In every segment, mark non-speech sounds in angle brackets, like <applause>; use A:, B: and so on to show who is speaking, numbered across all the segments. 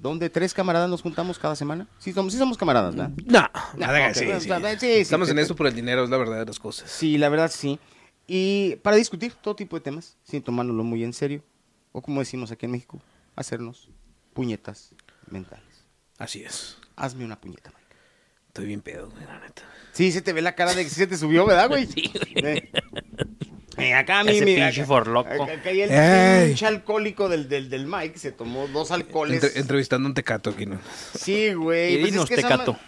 A: donde tres camaradas nos juntamos cada semana. Sí, somos, sí somos camaradas, ¿verdad?
B: No, nada
A: ok,
B: que sí,
A: bueno,
B: sí.
A: la verdad, sí, sí,
B: Estamos
A: te-
B: en esto por el dinero, es la verdad de las cosas.
A: Sí, la verdad sí. Y para discutir todo tipo de temas, sin tomárnoslo muy en serio, o como decimos aquí en México, hacernos puñetas mentales.
B: Así es.
A: Hazme una puñeta, Mike.
B: Estoy bien pedo, güey, la neta.
A: Sí, se te ve la cara de que sí se te subió,
C: <laughs>
A: ¿verdad, güey? Sí, güey. acá a mí,
C: Ese
A: mira,
C: pinche
A: acá-
C: forloco.
A: Acá, acá hay el
B: Ey.
A: pinche alcohólico del, del, del Mike se tomó dos alcoholes.
B: Entre- entrevistando a un tecato aquí, ¿no?
A: Sí, güey. pues
C: Y nos
A: esa
C: tecato.
A: ma-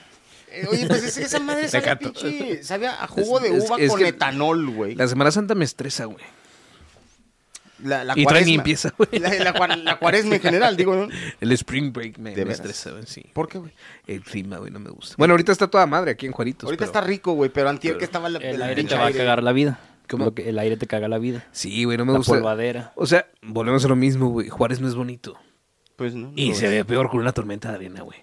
A: Eh, Oye, pues es que esa madre sabe a
B: Tecato.
A: pinche, sabía a jugo de
B: Es-
A: uva
B: es
A: con
B: que-
A: etanol, güey.
B: La Semana Santa me estresa, güey.
A: La, la
B: Y traen
A: cuaresma.
B: limpieza, güey.
A: La, la cua- la cuaresma en general, digo, ¿no?
B: El Spring Break me,
A: ¿De
B: me
A: veras?
B: estresa, güey, sí.
A: ¿Por qué, güey?
B: El clima, güey, no me gusta. Bueno, ahorita está toda madre aquí en Juaritos.
A: Ahorita
B: pero-
A: está rico, güey, pero antier que estaba la,
C: El
A: la
C: aire te
A: pinche
C: va a
A: aire.
C: cagar la vida.
B: ¿Cómo?
C: Lo que- el aire te caga la vida.
B: Sí, güey, no me
C: La
B: gusta.
C: polvadera.
B: O sea, volvemos a lo mismo, güey. Juárez no es bonito.
A: Pues no. no
B: Y
A: lo
B: se
A: es.
B: ve peor con una tormenta de arena, güey.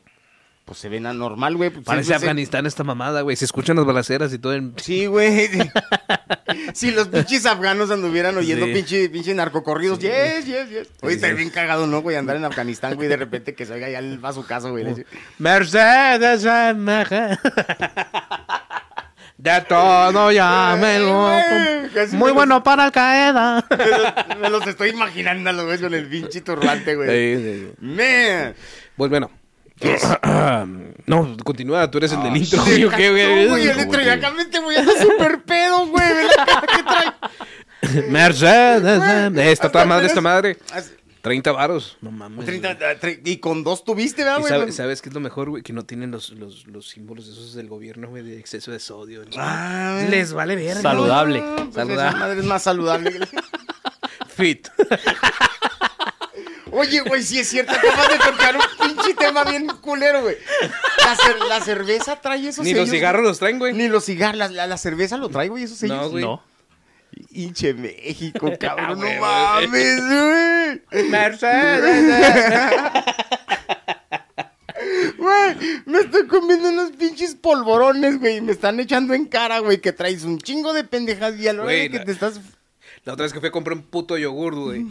A: Pues se ven anormal, güey. pues,
B: Parece
A: sí, pues,
B: Afganistán esta mamada, güey. Se escuchan las balaceras y todo en...
A: Sí, güey. <laughs> si los pinches afganos anduvieran oyendo
B: Sí.
A: pinche, pinche narcocorridos. Yes, yes, yes. Oye,
B: Sí,
A: está
B: sí.
A: bien cagado, ¿no, güey? Andar en Afganistán, güey, de repente que salga ya el vaso caso, güey. Le-
B: Mercedes en Meja- De todo ya me lo...
A: Ay, güey, casi
B: Muy
A: me
B: bueno para Al Qaeda.
A: Me los estoy imaginando, lo ves, con el pinche turbante, güey.
B: Sí, sí, sí.
A: Man.
B: Pues bueno. <coughs> no, continúa, tú eres el del intro. <laughs>
A: Se
B: güey, ¿o
A: cachó,
B: qué, güey?
A: güey, el intro, y acá me te voy a dar súper pedo, güey. Ve la cara que
B: <laughs>
A: trae.
B: Mercedes. en-
A: Güey,
B: Esta toda
A: hasta
B: madre, esta
A: apenas-
B: madre. <laughs>
A: Así-
B: 30 varos. No mames. güey.
A: 30, tre- y con dos tuviste, ¿verdad,
B: ¿Y
A: güey?
B: sabe- sabes qué es lo mejor, güey? Que no tienen los, los, los símbolos esos del gobierno, güey, de exceso de sodio. ¿no?
A: Ah,
B: Les vale verga.
C: Salud. saludable.
A: No, pues
B: Saludable.
A: esa madre es más saludable.
B: Fit.
A: Oye, güey, sí es cierto, acabas de tocar un pinche tema bien culero, güey. La, cer- la cerveza trae esos
B: Ni
A: sellos.
B: los cigarros los traen, güey.
A: Ni los cigarros, la, la- la cerveza lo trae, güey, esos sellos.
B: No, güey. Ah,
C: No.
B: <laughs>
A: Hinche México, cabrón,
B: güey,
A: no mames, güey.
B: Mercedes.
A: Güey, me estoy comiendo unos pinches polvorones, güey, y me están echando en cara, güey, que traes un chingo de pendejas y a la hora
B: Güey,
A: de que
B: la-
A: te estás...
B: La otra vez que fui a comprar un puto yogur, güey.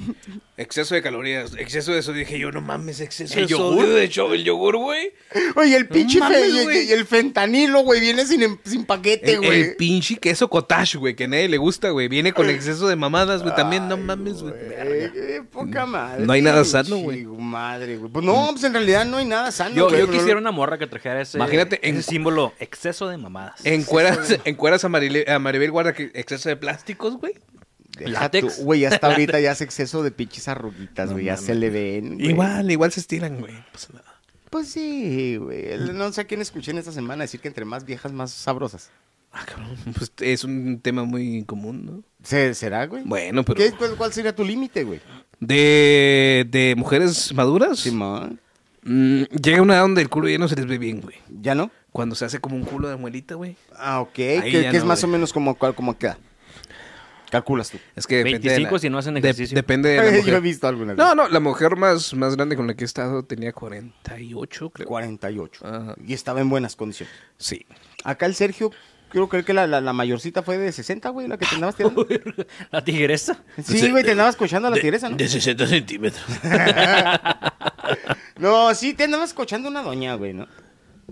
B: Exceso de calorías, exceso de sodio. Dije yo, no mames, exceso
C: ¿El
B: de sodio.
C: yogur?
B: De hecho, el yogur, güey.
A: Oye, el pinche
B: mames,
A: fe- y-
B: güey.
A: y, y el fentanilo, güey, viene sin, em, sin paquete,
B: El,
A: Este güey.
B: el pinche queso cottage, güey, que a nadie le gusta, güey. Viene con exceso de mamadas, güey. También, no mames, güey.
A: Eh, qué poca madre.
B: No hay nada sano, güey. Mm.
A: Chigo, Madre, güey. Pues no, pues en realidad no hay nada sano.
C: Yo,
A: güey,
C: yo
A: pero-
C: quisiera una morra que trajera ese,
B: Imagínate,
C: ese
B: en-
C: símbolo exceso de mamadas.
B: En cueras, en cueras a, Marile- a Maribel guarda que- exceso de plásticos, güey.
A: Deja
C: látex.
A: tú,
B: <laughs>
A: Güey, hasta ahorita ya hace exceso de pinches arruguitas,
B: No
A: güey. ya
B: mames.
A: se le ven. güey.
B: Igual, igual se estiran, güey. No pasa nada.
A: Pues sí, güey. El- No sé a quién escuché en esta semana decir que entre más viejas, más sabrosas.
B: Ah, cabrón. Pues es un tema muy común, ¿no?
A: ¿Se- ¿Será, güey?
B: Bueno, pero.
A: ¿Qué- cuál, cuál sería tu límite, güey?
B: ¿De, de mujeres maduras?
A: Simón.
B: Mm, llega una edad donde el culo ya no se les ve bien, güey.
A: ¿Ya no?
B: Cuando se hace como un culo de abuelita, güey.
A: Ah, ok.
B: Ahí
A: que
B: ya
A: que es
B: no,
A: más
B: güey.
A: o menos como, cual- como queda. Calculas tú.
B: Es que depende.
C: 25
B: de la-
C: si no hacen
B: de-
C: ejercicio.
B: depende de la mujer.
A: <laughs> Yo he visto algunas.
B: No, no, la mujer más, más grande con la que he estado tenía 48, creo.
A: 48.
B: Ajá.
A: Y estaba en buenas condiciones.
B: Sí.
A: Acá el Sergio, creo creer que la, la, la mayorcita fue de 60, güey, la que te
B: <laughs>
A: andabas tirando.
C: La tigresa.
A: Sí, güey, te andabas cochando a la tigresa, ¿no?
B: 60 centímetros.
A: No, sí, te andabas cochando a una doña, güey, ¿no?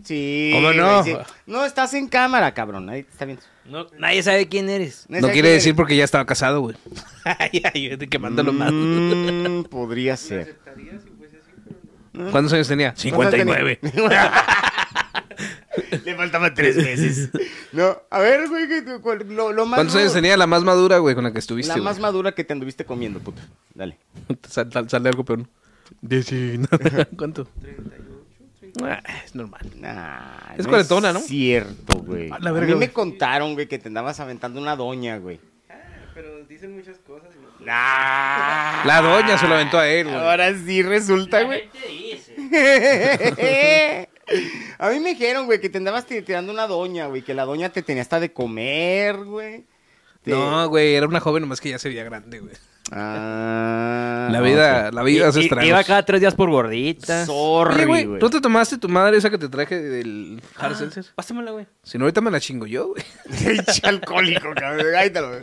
A: Sí.
B: ¿Cómo no?
A: güey, sí. No, estás en cámara, cabrón. Ahí está bien.
C: No, nadie sabe quién <laughs> eres.
B: No quiere decir porque ya estaba casado, güey. ay, ay,
C: este
B: que mándalo más.
A: Mm, podría ser. Ah.
B: ¿Cuántos años tenía?
A: <laughs> Le faltaban tres meses. No, a ver, güey, que tú- cuál- lo, lo más.
B: ¿Cuántos años
A: maduro-
B: tenía la más madura, güey, con la que estuviste?
A: La
B: güey?
A: más madura que te anduviste comiendo, puto. Dale.
B: <laughs> Sal- sal- sale algo peor. Diecin- <laughs> ¿Cuánto? 38. es normal.
A: Nah,
B: Es cuarentona, ¿no?
A: Es cierto, güey.
B: A
A: A,
B: la verga,
A: mí
B: güey.
A: me contaron, güey, que te andabas aventando una doña, güey.
D: Ah, Pero dicen muchas cosas. ¿no?
A: Nah.
B: La doña se lo aventó a él, güey.
A: Ahora sí resulta, güey. <laughs> A mí me dijeron, güey, que te andabas ti- tirando una doña, güey, que la doña te tenía hasta de comer, güey. Te-
B: No, güey, era una joven nomás que ya se veía grande, güey.
A: Ah,
B: La vida, la vida hace
C: I- i-
B: estragos.
C: Iba cada tres días por gorditas.
A: Sorry,
B: Oye, güey,
A: güey.
B: ¿no te tomaste tu madre esa que te traje del hard
C: Ah,
B: seltzer?
C: Pásamela, güey.
B: Si no, ahorita me la chingo yo, güey.
A: <laughs> Pinche alcohólico, cabrón. Ahí te lo veo.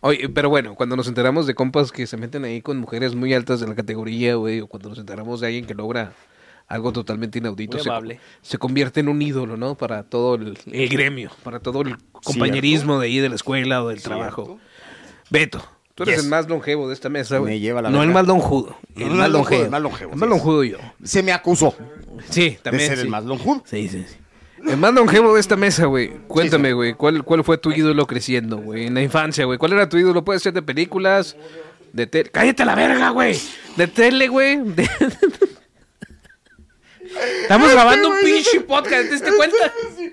B: Oye, pero bueno, cuando nos enteramos de compas que se meten ahí con mujeres muy altas de la categoría, güey, o cuando nos enteramos de alguien que logra algo totalmente inaudito,
C: Muy
B: se,
C: amable.
B: se convierte en un ídolo, ¿no? Para todo el, el gremio, para todo el compañerismo de ahí de la escuela o del trabajo. Beto, tú eres
A: Yes.
B: el más longevo de esta mesa, güey.
A: Me lleva la
B: No el
A: verga.
B: más lonjudo, el
A: No, no
B: más
A: el lonjudo,
B: longevo.
A: el más longevo,
B: El más
A: sí es.
B: lonjudo yo.
A: Se me acusó
B: Sí, también.
A: de ser
B: sí.
A: el más lonjudo.
C: Sí, sí, sí.
B: El más longevo de esta mesa, güey. Cuéntame, güey. ¿cuál, ¿Cuál fue tu ídolo creciendo, güey? En la infancia, güey. ¿Cuál era tu ídolo? Puede ser de películas, de tele. ¡Cállate la verga, güey! De tele, güey.
A: <laughs>
B: de- Estamos
A: Este
B: grabando un pinche podcast, ¿te diste cuenta?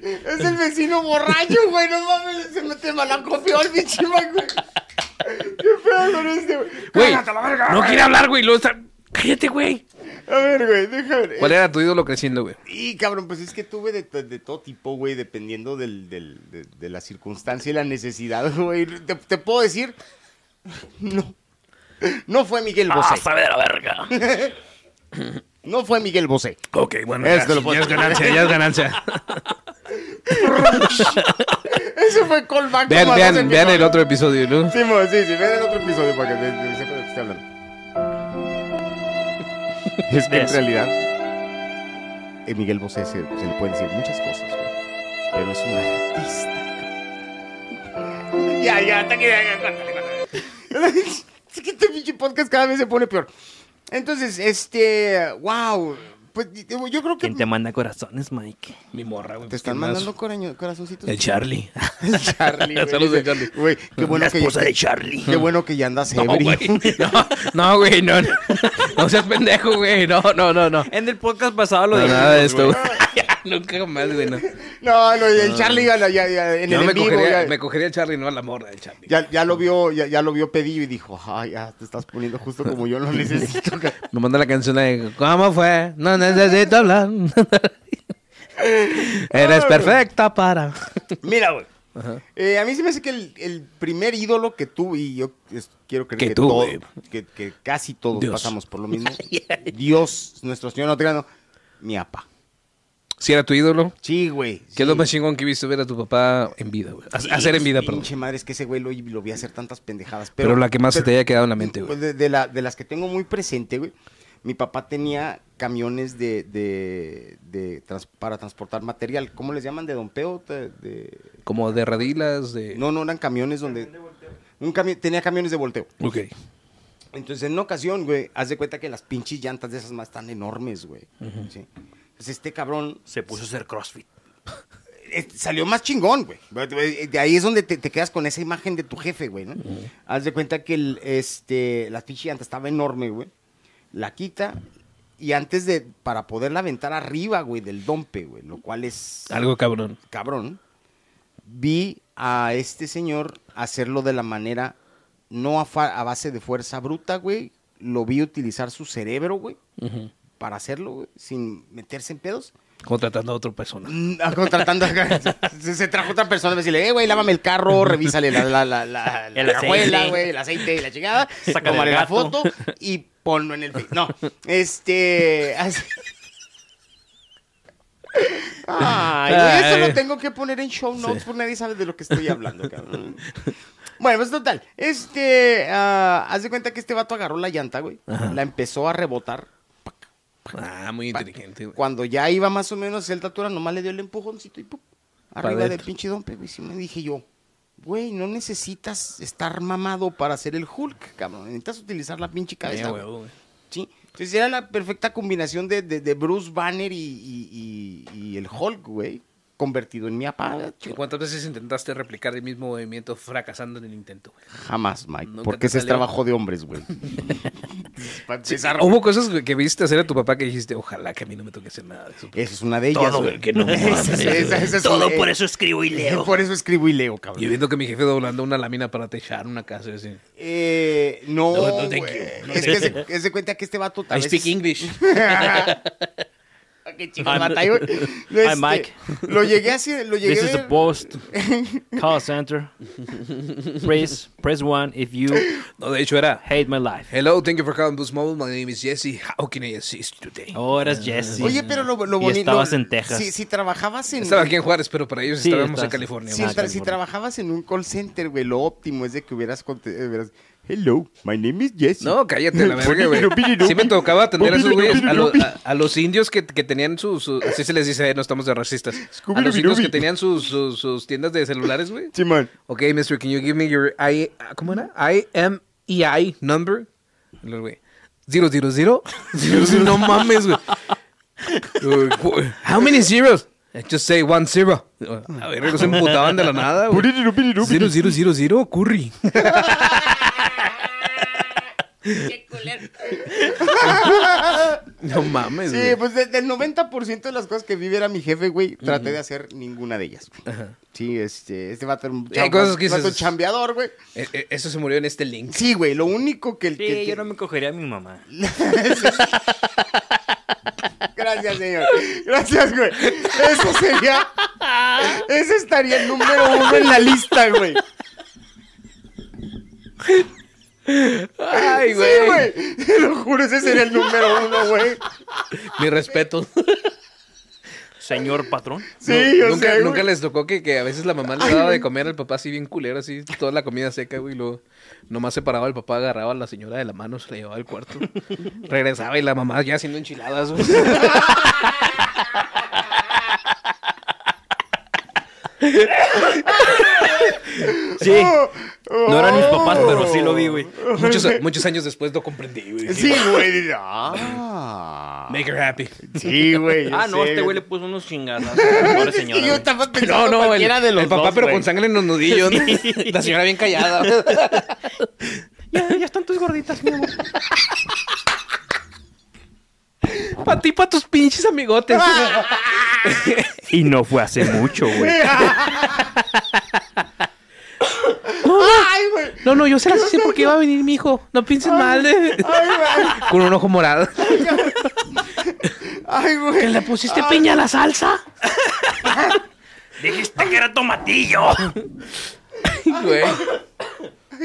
A: Es el vecino borracho, güey. No mames, se mete malacopió el <laughs> pinche Mac, güey. Qué pedo con este, güey.
B: Güey,
A: Cállate la verga,
B: no
A: güey.
B: quiere hablar, güey. luego está- ¡Cállate, güey!
A: A ver, güey, déjame. ver.
B: ¿Cuál era tu ídolo creciendo, güey?
A: Y cabrón, pues es que tuve de, to- de todo tipo, güey, dependiendo del, del- de, de la circunstancia y la necesidad, <laughs> güey. Te, te puedo decir, no. No fue Miguel
C: Ah,
A: Bosé.
C: sabe de la verga.
A: No fue Miguel Bosé.
B: Ok, bueno.
A: Este
B: Ya,
A: lo puedo-
B: ya es ganancia, ya es ganancia.
A: Ese fue
B: <laughs>
A: callback.
B: Vean,
A: como a
B: vean,
A: 12
B: vean el
A: minutos.
B: otro episodio, ¿no?
A: Sí, mo, sí, sí, vean el otro episodio para que se- se sepa de qué estoy hablando. Es que en
C: Eso.
A: realidad, eh, Miguel Bosé se, se le pueden decir muchas cosas, güey. Pero es un artista. cabrón. Ya, ya, hasta aquí, ya, ya, córtale, córtale. <laughs> Es que este pinche podcast cada vez se pone peor. Entonces, este, wow. Pues yo creo
C: <laughs>
A: que
C: ¿Quién te manda corazones, Mike?
B: Mi morra, güey.
A: te están mandando coraño- corazoncitos.
C: El
A: <laughs>
C: Charlie. <laughs>
A: Charlie. güey.
B: Saludos de Charlie.
A: Güey, qué bueno
C: la
A: que
C: esposa de Charlie.
A: Qué bueno que ya andas
B: No,
A: ebrio.
B: güey. No, <laughs> no, güey, no, no. No seas pendejo, güey. No, no, no, no.
C: En el podcast pasado lo
A: Ah,
B: No,
C: dijimos,
B: nada de esto, <laughs>
A: <laughs>
C: güey.
B: güey. Nunca más, güey, no.
A: <laughs> No, no, el Charlie ya, ya, ya, en
B: Ah. Yo
A: el
B: me
A: en vivo,
B: cogería,
A: ya,
B: me cogería a Charlie, no a la morra de Charlie.
A: ya- ya lo vio, ya, ya lo vio pedido y dijo, ay, ya te estás poniendo justo como yo
B: <laughs>
A: lo necesito. ca-".
B: Me manda la canción de ¿Cómo fue? No necesito <laughs> hablar. Eres perfecta para.
A: Mira, güey. Eh, a mí se me hace que el, el primer ídolo que tú y yo es- quiero creer
B: Que
A: que,
B: tú,
A: todo-
B: güey.
A: que, que casi todos
B: Dios. <laughs>
A: pasamos por lo mismo. Dios, nuestro señor Notriano, mi apa.
B: Si era tu ídolo,
A: Sí, güey.
B: ¿qué es lo
A: sí.
B: más chingón que viste ver a tu papá en vida, güey?
A: Sí,
B: A- Hacer en vida, perdón.
A: Pinche madre, es que ese güey lo, lo vi hacer tantas pendejadas.
B: Pero la que más se te haya quedado en la mente, güey.
A: Pues, De, de la- de las que tengo muy presente, güey. Mi papá tenía camiones de, de- de trans- para transportar material. ¿Cómo les llaman? ¿De dompeo? De, de-
B: Como de radilas, de.
A: No, no eran camiones donde... Un cami- Tenía camiones de volteo.
B: Ok.
A: Entonces, en una ocasión, güey, haz de cuenta que las pinches llantas de esas más están enormes, güey. ¿sí? Pues este cabrón
C: Se puso a hacer
A: <laughs>
C: CrossFit.
A: eh, salió más chingón, güey. De ahí es donde te, te quedas con esa imagen de tu jefe, güey, ¿no? Haz de cuenta que el, este, la pinche llanta estaba enorme, güey. La quita y antes de, para poderla aventar arriba, güey, del dompe, güey, lo cual es
B: Algo cabrón.
A: cabrón, vi a este señor hacerlo de la manera, no a, fa- a base de fuerza bruta, güey. Lo vi utilizar su cerebro, güey, para hacerlo, güey, sin meterse en pedos.
B: Contratando a otra persona.
A: Mm, ah, Contratando <laughs> a- se, se trajo otra persona a decirle, eh, güey, lávame el carro, revísale la, la, la, la,
C: <laughs>
A: la
C: El aceite.
A: cajuela, güey, el aceite y la chingada,
C: Sácale
A: tómale
C: el
A: la
C: gato.
A: foto y ponlo en el Face. No, este. así- Ay, güey, eso
B: Ay.
A: lo tengo que poner en show notes porque nadie sabe de lo que estoy hablando, cabrón. Bueno, pues total. Este, ah, haz de cuenta que este vato agarró la llanta, güey. La empezó a rebotar.
B: Ah, muy inteligente, güey.
A: Cuando ya iba más o menos el tatura, nomás le dio el empujoncito y ¡pum! Arriba
B: adentro.
A: del pinche dompe, güey. Sí me dije yo, güey, no necesitas estar mamado para ser el Hulk, cabrón. Necesitas utilizar la pinche cabeza.
B: Eh,
A: güey.
B: huevo, güey.
A: Sí. Entonces era la perfecta combinación de, de- de Bruce Banner y, y- y- y el Hulk, güey. Convertido en mi apá.
B: ¿Y ¿Cuántas veces intentaste replicar el mismo movimiento fracasando en el intento? güey?
A: Jamás, Mike.
B: Nunca
A: porque
B: te
A: ese es
B: salió.
A: trabajo de hombres, güey. Para empezar,
B: Hubo cosas que- que viste hacer a tu papá que dijiste, ojalá que a mí no me toque hacer nada de eso.
A: Esa es una de ellas.
C: Todo,
A: güey.
C: que no mames,
A: <laughs> Esa- esa- esa es eh,
C: Todo
A: una-
C: por eso escribo y leo.
A: <laughs> Por eso escribo y leo, cabrón.
B: Y viendo que mi jefe doblando una lámina para techar una casa. Así. "Mm,
A: Eh, no,
C: No, no, thank
A: güey.
C: you. No,
A: es
C: thank
E: Mm.
A: que se, es de cuenta que este vato tal
B: I
A: vez-
B: speak English.
A: Ah, qué chico batalla, güey.
E: Hi, Mike.
A: Lo llegué así, lo llegué
E: This is
A: a
E: the
A: ver- <laughs>
E: post call center. Press press one if you
B: No, de hecho era.
E: hate my life.
F: Hello, thank you for calling Boost Mobile. My name is Jesse. How can I assist you today?
E: Oh, eras Jesse.
A: Oye, pero lo, lo
E: Y
A: bonito.
E: estabas en Texas.
A: Si, si trabajabas en.
F: Estaba aquí en Juárez, pero para ellos
E: Sí,
F: estábamos
E: estás-
F: en California.
A: Si,
E: Ah,
F: güey.
A: tra-
E: claro,
A: si
E: bueno.
A: trabajabas en un call center, güey, lo óptimo es de que hubieras, conte- eh, hubieras, Hello, my name is Jesse.
B: No, cállate, la verga, güey. Sí me tocaba atender a esos güeyes, a, lo- a- a los indios que, que tenían sus, sus- Así se les dice, eh, no estamos de racistas. A los indios que tenían sus, sus, sus tiendas de celulares, güey.
A: Simón.
B: Ok, mister, can you give me your I... ¿Cómo era? IMEI number. Y luego, güey. Zero, zero, zero. <laughs> Zero, zero. No mames, güey. Uy, güey, How many zeros? I Just say one zero. A ver, se emputaban de la nada, güey. Zero, zero, zero, zero, curry. No mames,
A: Sí,
B: güey.
A: pues de- del 90% de las cosas que vive era mi jefe, güey, traté de hacer ninguna de ellas. güey. Sí, este, este va a tener un
B: Hay Eh, cosas que
A: vato
B: dices-
A: chambeador, güey.
B: Eh, eh, Eso se murió en este link.
A: Sí, güey, lo único que el que-
C: Sí,
A: que-
C: yo no me cogería a mi mamá.
A: Gracias, señor. Gracias, güey. Eso
C: <laughs>
A: sería. Ese estaría el número uno en la lista, güey.
B: Ay,
A: Sí, güey. Te lo juro, ese sería el número uno, güey.
B: Mi respeto.
C: Señor patrón.
A: Sí, o
B: nunca,
A: sea,
B: nunca
A: güey.
B: les tocó que, que a veces la mamá le daba de comer al papá así bien culero, así toda la comida seca, güey. y Luego nomás se paraba el papá, agarraba a la señora de la mano, se la llevaba al cuarto. regresaba y la mamá ya haciendo enchiladas, güey.
E: Sí.
A: Oh,
C: No eran mis papás,
A: oh.
C: pero sí lo vi, güey.
B: Muchos, muchos años después lo comprendí, güey.
A: Sí, güey. Ah.
B: Make her happy.
A: Sí, güey. yo
C: Ah, no,
A: sé,
C: este güey le puso unos chingazos.
A: <laughs>
C: Pobre
A: Es que yo
C: señora.
A: estaba
B: No,
A: pensando
B: no, el,
A: cualquiera de los
B: el papá,
A: dos,
B: pero
A: güey.
B: con sangre en los nudillos. ¿no? La señora bien callada. güey.
E: Ya, ya están tus gorditas, mi amor.
B: Pa' ti, pa' tus pinches amigotes.
E: Y no fue hace mucho, güey.
A: <laughs> Ay, güey.
B: No, no, yo se las hice porque iba a venir mi hijo. No pienses mal. eh.
A: Ay, güey.
B: Con un ojo morado.
A: Ay, güey.
B: ¿Le pusiste piña a la salsa?
C: Dijiste que era tomatillo.
B: Güey.
A: <laughs>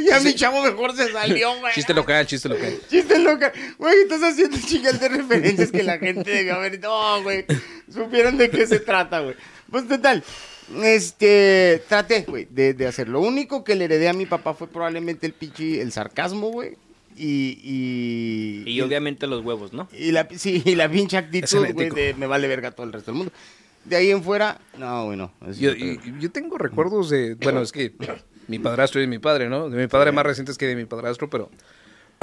A: Ya mi chavo mejor
B: <laughs>
A: se salió, güey.
B: Chiste local, chiste local.
A: Chiste loca. Güey, estás haciendo chingas de referencias que la gente debió haber. No, güey. Supieron de qué se trata, güey. Pues total. Este, traté, güey, de, de hacer. Lo único que le heredé a mi papá fue probablemente el pichi, el sarcasmo, güey. Y, y.
C: Y obviamente los huevos, ¿no?
A: y la, sí, y la pinche actitud, güey,
B: Excelentico.
A: de me vale verga todo el resto del mundo. De ahí en fuera, no, bueno.
B: Yo, y- yo tengo recuerdos de. Bueno, es que mi padrastro y mi padre, ¿no? De mi padre más recientes que de mi padrastro, pero <clears throat>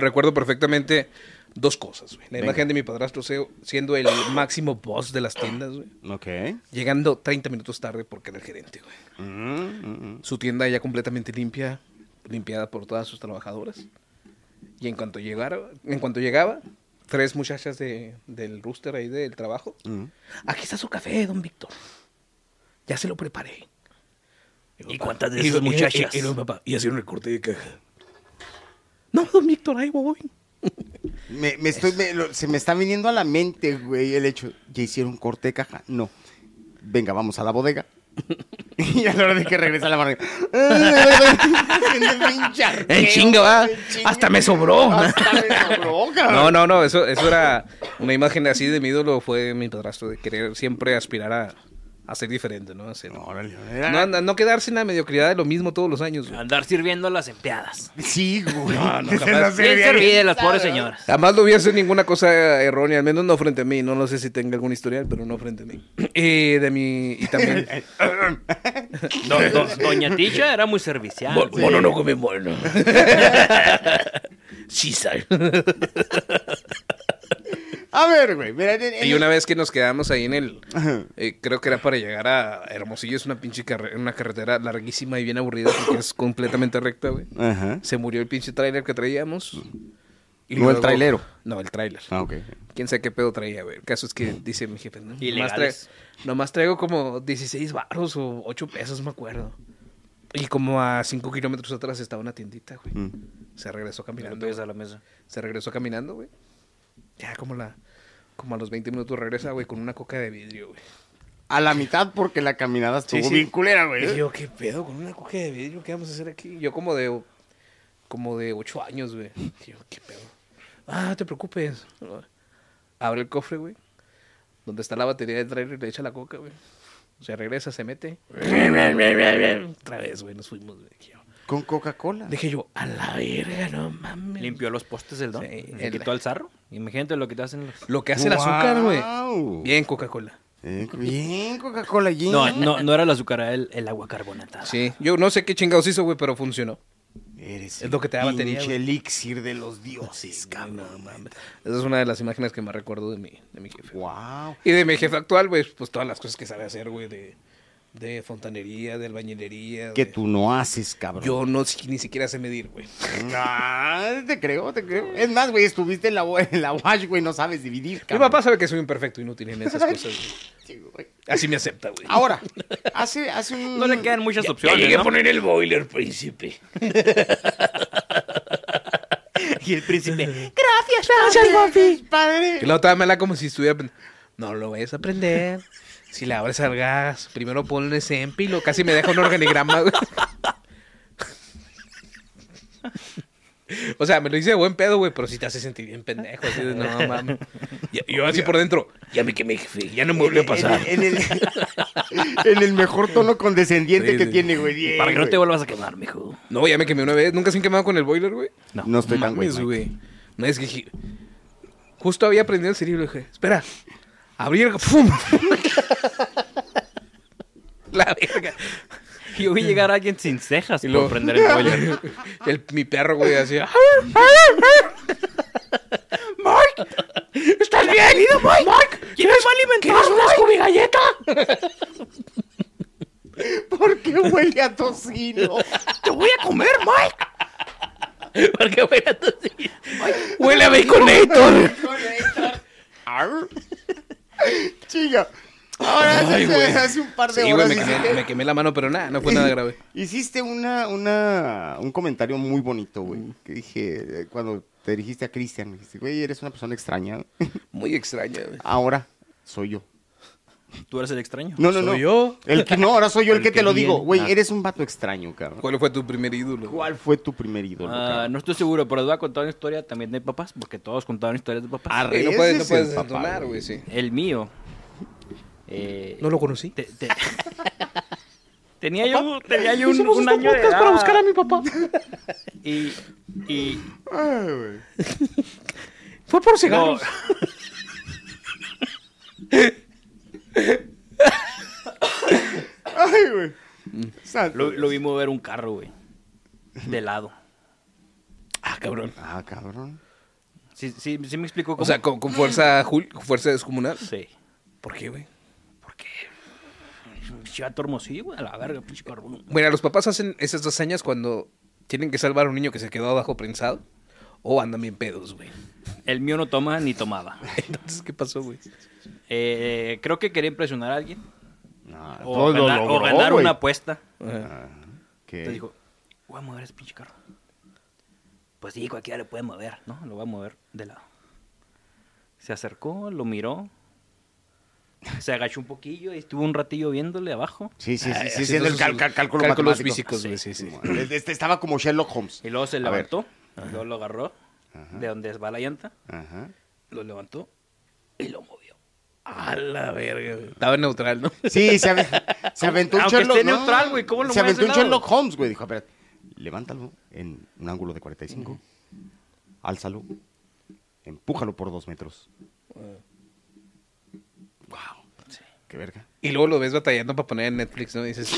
B: recuerdo perfectamente dos cosas, güey. La imagen de mi padrastro se- siendo el máximo boss de las tiendas, güey.
A: Ok. Mm,
B: Llegando 30 minutos tarde porque era el gerente, güey. Su tienda ya completamente limpia, limpiada por todas sus trabajadoras. Y en cuanto llegara, en cuanto llegaba, tres muchachas de, del rooster ahí del trabajo. Aquí está su café, don Víctor. Ya se lo preparé.
C: ¿Y cuántas de esas muchachas?
B: Y, y- y- y- papá, y hacía un recorte de caja. No, don Víctor, ahí voy.
A: Me, me estoy, me- lo- se me está viniendo a la mente, güey, el hecho. ¿Ya hicieron corte de caja? No. Venga, vamos a la bodega. <laughs> y a la hora de que regresa la barriga.
B: <laughs> En chinga, Ah, va. Hasta me sobró.
A: Hasta me sobró,
B: <laughs>
A: cabrón.
B: No, no, no, eso, eso era una imagen así de mi ídolo, fue mi padrastro, de querer siempre aspirar a, a ser diferente, ¿no? A ser-
A: Órale.
B: no, no- no quedarse en la mediocridad de lo mismo todos los años. güey.
C: Andar sirviendo a las empleadas.
A: Sí, güey.
B: No, no,
A: <laughs> Se
B: jamás.
A: nos
C: Bien
A: olvidó.
C: servidas las pobres señoras.
B: Jamás lo vi hacer ninguna cosa errónea, al menos no frente a mí, no, lo sé si tenga algún historial, pero no frente a mí. <clears throat> Y de mi, y
A: <laughs>
B: también...
C: Do- do- Doña Ticha era muy servicial.
B: Mo-
C: güey.
B: Mono no come mono. Sí, sabe.
A: A ver, güey. Mira, en- en-
B: Y una vez que nos quedamos ahí en el. eh, creo que era para llegar a Hermosillo, es una pinche carre- una carretera larguísima y bien aburrida porque es completamente recta, güey.
A: Ajá.
B: Se murió el pinche tráiler que traíamos. Y
A: No el trailero.
B: No, el tráiler.
A: Ah, Mm. ok.
B: Quién sabe qué pedo traía, güey. El caso es que dice mi jefe, ¿no? Nomás,
C: Ilegales.
B: tra- nomás traigo como 16 barros o 8 pesos, me acuerdo. Y como a 5 kilómetros atrás estaba una tiendita, güey.
A: Mm.
B: Se regresó
C: Mira,
B: caminando.
C: tú ves a la mesa.
B: Se regresó caminando, güey. Ya como la Como a los 20 minutos regresa, güey, con una coca de vidrio, güey.
A: A la mitad porque la caminada estuvo
B: Sí, sí.
A: bien culera,
B: Y
A: güey.
B: yo, ¿qué pedo con una coca de vidrio? ¿Qué vamos a hacer aquí? Yo como de como de ocho años, güey. Y yo, ¿qué pedo? Ah, no te preocupes. Abre el cofre, güey. Donde está la batería del trailer, le echa la coca, güey. Se regresa, se mete. Otra vez, güey, nos fuimos, güey. Dije yo-
A: Con Coca-Cola.
B: Dije yo, a la verga, no mames.
E: Limpió los postes del don.
B: Sí,
E: le
B: el-
E: quitó al zarro. Imagínate lo que te hacen los.
B: Lo que hace el azúcar, güey.
A: Guau.
B: Bien, Coca-Cola.
A: Eh, Bien, Coca-Cola, Jim.
E: No, no, no era la azúcar, era el, el agua carbonatada.
B: Sí, yo no sé qué chingados hizo, güey, pero funcionó.
A: Eres
B: Es lo que te da
A: el
B: batería,
A: Pinche
B: güey.
A: elixir de los dioses, cabrón.
B: Esa es una de las imágenes que más recuerdo de mi, de mi jefe.
A: Wow.
B: Y de mi jefe actual, güey, pues todas las cosas que sabe hacer, güey, de, de fontanería, de albañilería.
A: Que
B: de-
A: tú no haces, cabrón.
B: Yo no si- ni siquiera sé medir, güey.
A: <laughs> Ah, te creo, te creo. Es más, güey, estuviste en la, <laughs> wa- en la WASH, güey, no sabes dividir,
B: Mi
A: cabrón.
B: papá sabe que soy un perfecto inútil en
A: <laughs>
B: esas cosas, güey.
A: Sí, güey.
B: Así me acepta, güey.
A: Ahora, hace, hace un...
E: No le quedan muchas
B: Ya
E: opciones.
B: llegué a
E: ¿no?
B: poner el boiler, príncipe.
A: <laughs> Y el
B: <laughs>
A: príncipe...
B: Que la otra mala como si estuviera... pen- No lo vayas a aprender. Si la abres al gas, primero ponle en pilo. Casi me deja un organigrama, güey. O sea, me lo hice de buen pedo, güey, pero sí te hace sentir bien pendejo. Así de, no, mames. Y- y Yo así por dentro, ya me quemé, jefe, ya no me volvió a pasar.
A: En el, en el <laughs> mejor tono condescendiente
B: Sí,
A: que
B: sí.
A: tiene, güey. bien,
E: Para que no te
A: güey.
E: vuelvas a quemar, mijo.
B: No, ya me quemé una vez. ¿Nunca se han quemado con el boiler, güey?
E: No.
A: No estoy tan güey.
B: Mames,
A: Mike.
B: güey. No es que dije- justo había aprendido el cerebro, dije, espera, abrir, ¡fum! La verga.
E: <laughs> Yo vi llegar a alguien sin cejas
B: Y
E: por
B: luego-
E: prender el <laughs>
B: <laughs>
E: boiler.
B: El- mi perro, güey, así. "Arr, ¡Mark! ¿Estás bien? Mike? ¿Quieres, ¿Quieres unas cubigalleta?
A: <laughs> ¿Por qué huele a tocino?
B: ¡Te voy a comer, Mike!
E: <laughs>
B: Porque huele a tocino. Huele a Baconator.
A: Arr. Chinga. Ahora
B: Ay,
A: hace,
B: güey.
A: hace un par de
B: Sí, güey,
A: horas
B: me quemé,
A: hiciste,
B: me quemé la mano, pero nada, no
A: <laughs>
B: fue nada grave.
A: hiciste una, una, un comentario muy bonito,
B: Mm.
A: güey. Que dije, eh, cuando te dirigiste a Cristian, me dijiste, güey, eres una persona extraña. <laughs>
B: Muy extraña, güey.
A: Ahora soy yo.
E: Tú eres el extraño.
A: No, no,
B: ¿Soy
A: no.
B: yo?
A: El que, no, ahora soy yo
B: <laughs>
A: el,
B: El
A: que, te
B: que
A: lo digo.
B: viene.
A: Güey,
B: Ah.
A: eres un vato extraño, cabrón.
B: ¿Cuál fue tu primer ídolo? güey?
A: ¿Cuál fue tu primer ídolo,
E: Ah,
A: cabrón?
E: no estoy seguro, pero les voy a contar una historia también de papás, porque todos contaron historias de papás.
A: Arre.
B: Güey, no
A: Ese
B: puedes, no
A: es
B: puedes
A: el papá,
B: entonar,
A: güey.
B: güey, sí.
E: El mío. eh,
B: lo conocí.
E: te- <laughs> te- tenía yo, tenía yo un, un año de edad.
B: papá.
E: Y,
B: <laughs>
E: y
A: Ay, güey.
B: Fue por
E: no,
A: Ay, güey.
B: Mm.
A: Santo.
E: lo, lo vi mover un carro, güey. De lado.
B: Ah, cabrón.
A: Ah, cabrón.
E: Sí, sí, sí me explico cómo.
B: O sea, con, con fuerza jul- con fuerza descomunal.
E: sí.
B: ¿Por qué, güey?
E: Porque. Chato hermosillo, güey, a la verga, pinche carro.
B: Mira, los papás hacen esas hazañas cuando tienen que salvar a un niño que se quedó abajo prensado. O andan bien pedos, güey. <laughs>
E: El mío no toma ni tomaba.
B: Entonces, ¿qué pasó, güey?
E: Eh, creo que quería impresionar a alguien.
A: No, todo
E: O
A: lo
E: ganar, o
A: logró,
E: ganar
A: güey.
E: una apuesta.
B: Ajá.
A: ¿Qué?
E: Te dijo, voy a mover ese pinche carro. Pues sí, cualquiera le puede mover, ¿no? Lo va a mover de lado. Se acercó, lo miró. Se agachó un poquillo y estuvo un ratillo viéndole abajo.
A: Sí, sí,
E: "Ah,
A: sí,
B: haciendo
A: sí, haciendo el
B: sus
A: cal- cal- cálculo
B: cálculos
A: matemático.
B: físicos, güey, sí, sí.
A: Este- este estaba como Sherlock Holmes.
E: Y luego se
A: A ver.
E: levantó. Luego lo agarró de donde va la llanta.
A: Ajá.
E: Lo levantó y lo movió.
B: A la verga, güey. Estaba neutral, ¿no?
A: Sí, se, ave- se aventó un
E: Aunque
A: Sherlock
E: esté neutral, güey, ¿cómo lo
A: Se
E: mueves
A: aventó
E: de
A: un
E: lado?
A: Sherlock Holmes, güey. Dijo, a ver, levántalo en un ángulo de 45. Álzalo. Empújalo por dos metros. Wow. Qué verga.
B: Y luego lo ves batallando para poner en Netflix, ¿no? Y dices,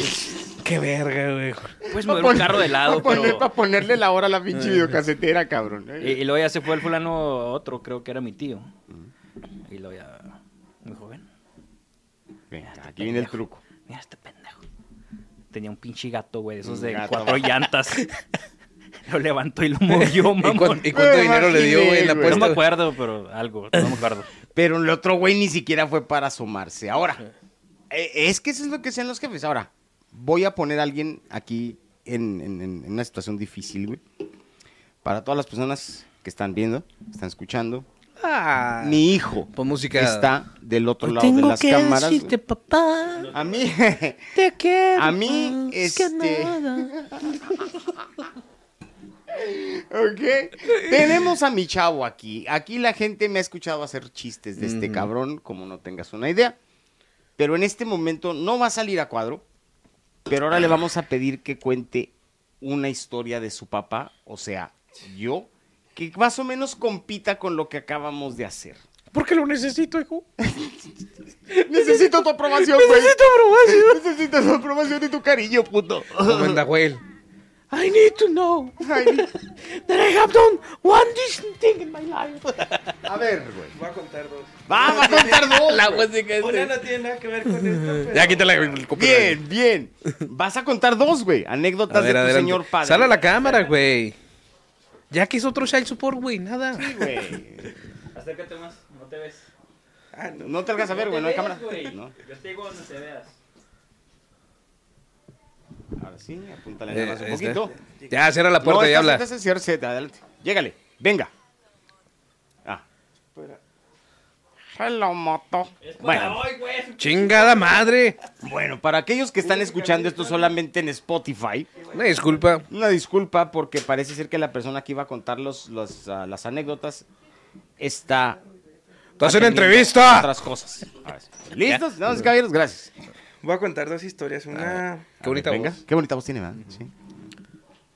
B: qué verga, güey.
A: <laughs>
E: Pues mover un carro de lado,
A: Para
E: pero... Eh,
A: ponerle la hora a la pinche videocasetera, cabrón. ¿eh?
E: Y, y luego ya se fue el fulano otro, creo que era mi tío. Y luego ya... Muy joven.
A: Venga, aquí viene el truco.
E: Mira este pendejo. Tenía un pinche gato, güey, de esos
A: Un
E: de
A: gato. <laughs>
E: cuatro llantas. lo levantó y lo movió,
B: ¿Y, cuán-
E: mamón.
B: y cuánto
A: Me
B: dinero le dio,
A: imaginé,
B: güey, en la
A: güey.
E: No me
B: apuesta? güey?
E: acuerdo, pero algo, no me acuerdo.
A: Pero el otro güey ni siquiera fue para asomarse. Ahora, eh, es que eso es lo que sean los jefes. Ahora, voy a poner a alguien aquí en, en- en- en una situación difícil, güey. Para todas las personas que están viendo, están escuchando,
B: Ah.
A: Mi hijo
B: Pon música.
A: está del otro lado de las cámaras. güey.
E: papá,
A: A mí,
E: <laughs> te quiero.
A: a mí, este. <laughs> Ok. Tenemos a mi chavo aquí. Aquí la gente me ha escuchado hacer chistes de este cabrón, como no tengas una idea. Pero en este momento no va a salir a cuadro. Pero ahora le vamos a pedir que cuente una historia de su papá, o sea, yo, que más o menos compita con lo que acabamos de hacer.
B: Porque lo necesito, hijo.
A: <laughs> Necesito tu aprobación, güey. Necesito aprobación. Necesito tu aprobación y tu cariño, puto.
B: Como en Nahuel.
G: I need to know
A: Ay,
G: that I have done one decent thing in my life.
A: a ver, güey.
D: Voy a contar dos.
A: Vamos a contar dos.
B: La
A: güey.
B: música
D: Una
B: es.
D: no tiene nada que ver con esto, pero...
B: Ya quítale el copyright.
A: Bien, bien. Vas a contar dos, güey. Anécdotas de tu
B: adelante.
A: señor padre.
B: Sal a la cámara, güey. Ya que es otro child support, güey, nada.
A: Güey.
E: Acércate más, no te ves.
A: Ah, no- No te alcanzas a ver, güey. No hay cámara. No.
E: Yo te digo donde te veas.
A: Ahora sí, apúntale
B: Eh,
A: nada más un
B: ahí está.
A: poquito.
B: Ya, cierra la puerta
A: no,
B: y
A: estás-
B: habla.
A: estás en señor Z, adelante. Llégale. Venga. Ah. Hello, moto. Bueno,
B: Chingada madre.
A: bueno, para aquellos que están escuchando esto solamente en Spotify,
B: Una disculpa.
A: Una disculpa porque parece ser que la persona que iba a contar los, los, ah, las anécdotas está...
B: ¡Estás en
A: atendiendo
B: entrevista!
A: Otras cosas. Ahora sí. ¿Listos? No, caballeros, gracias.
D: Voy a contar dos historias. Una
B: Qué bonita
A: Venga,
B: voz.
A: qué bonita voz tiene, ¿verdad? Sí.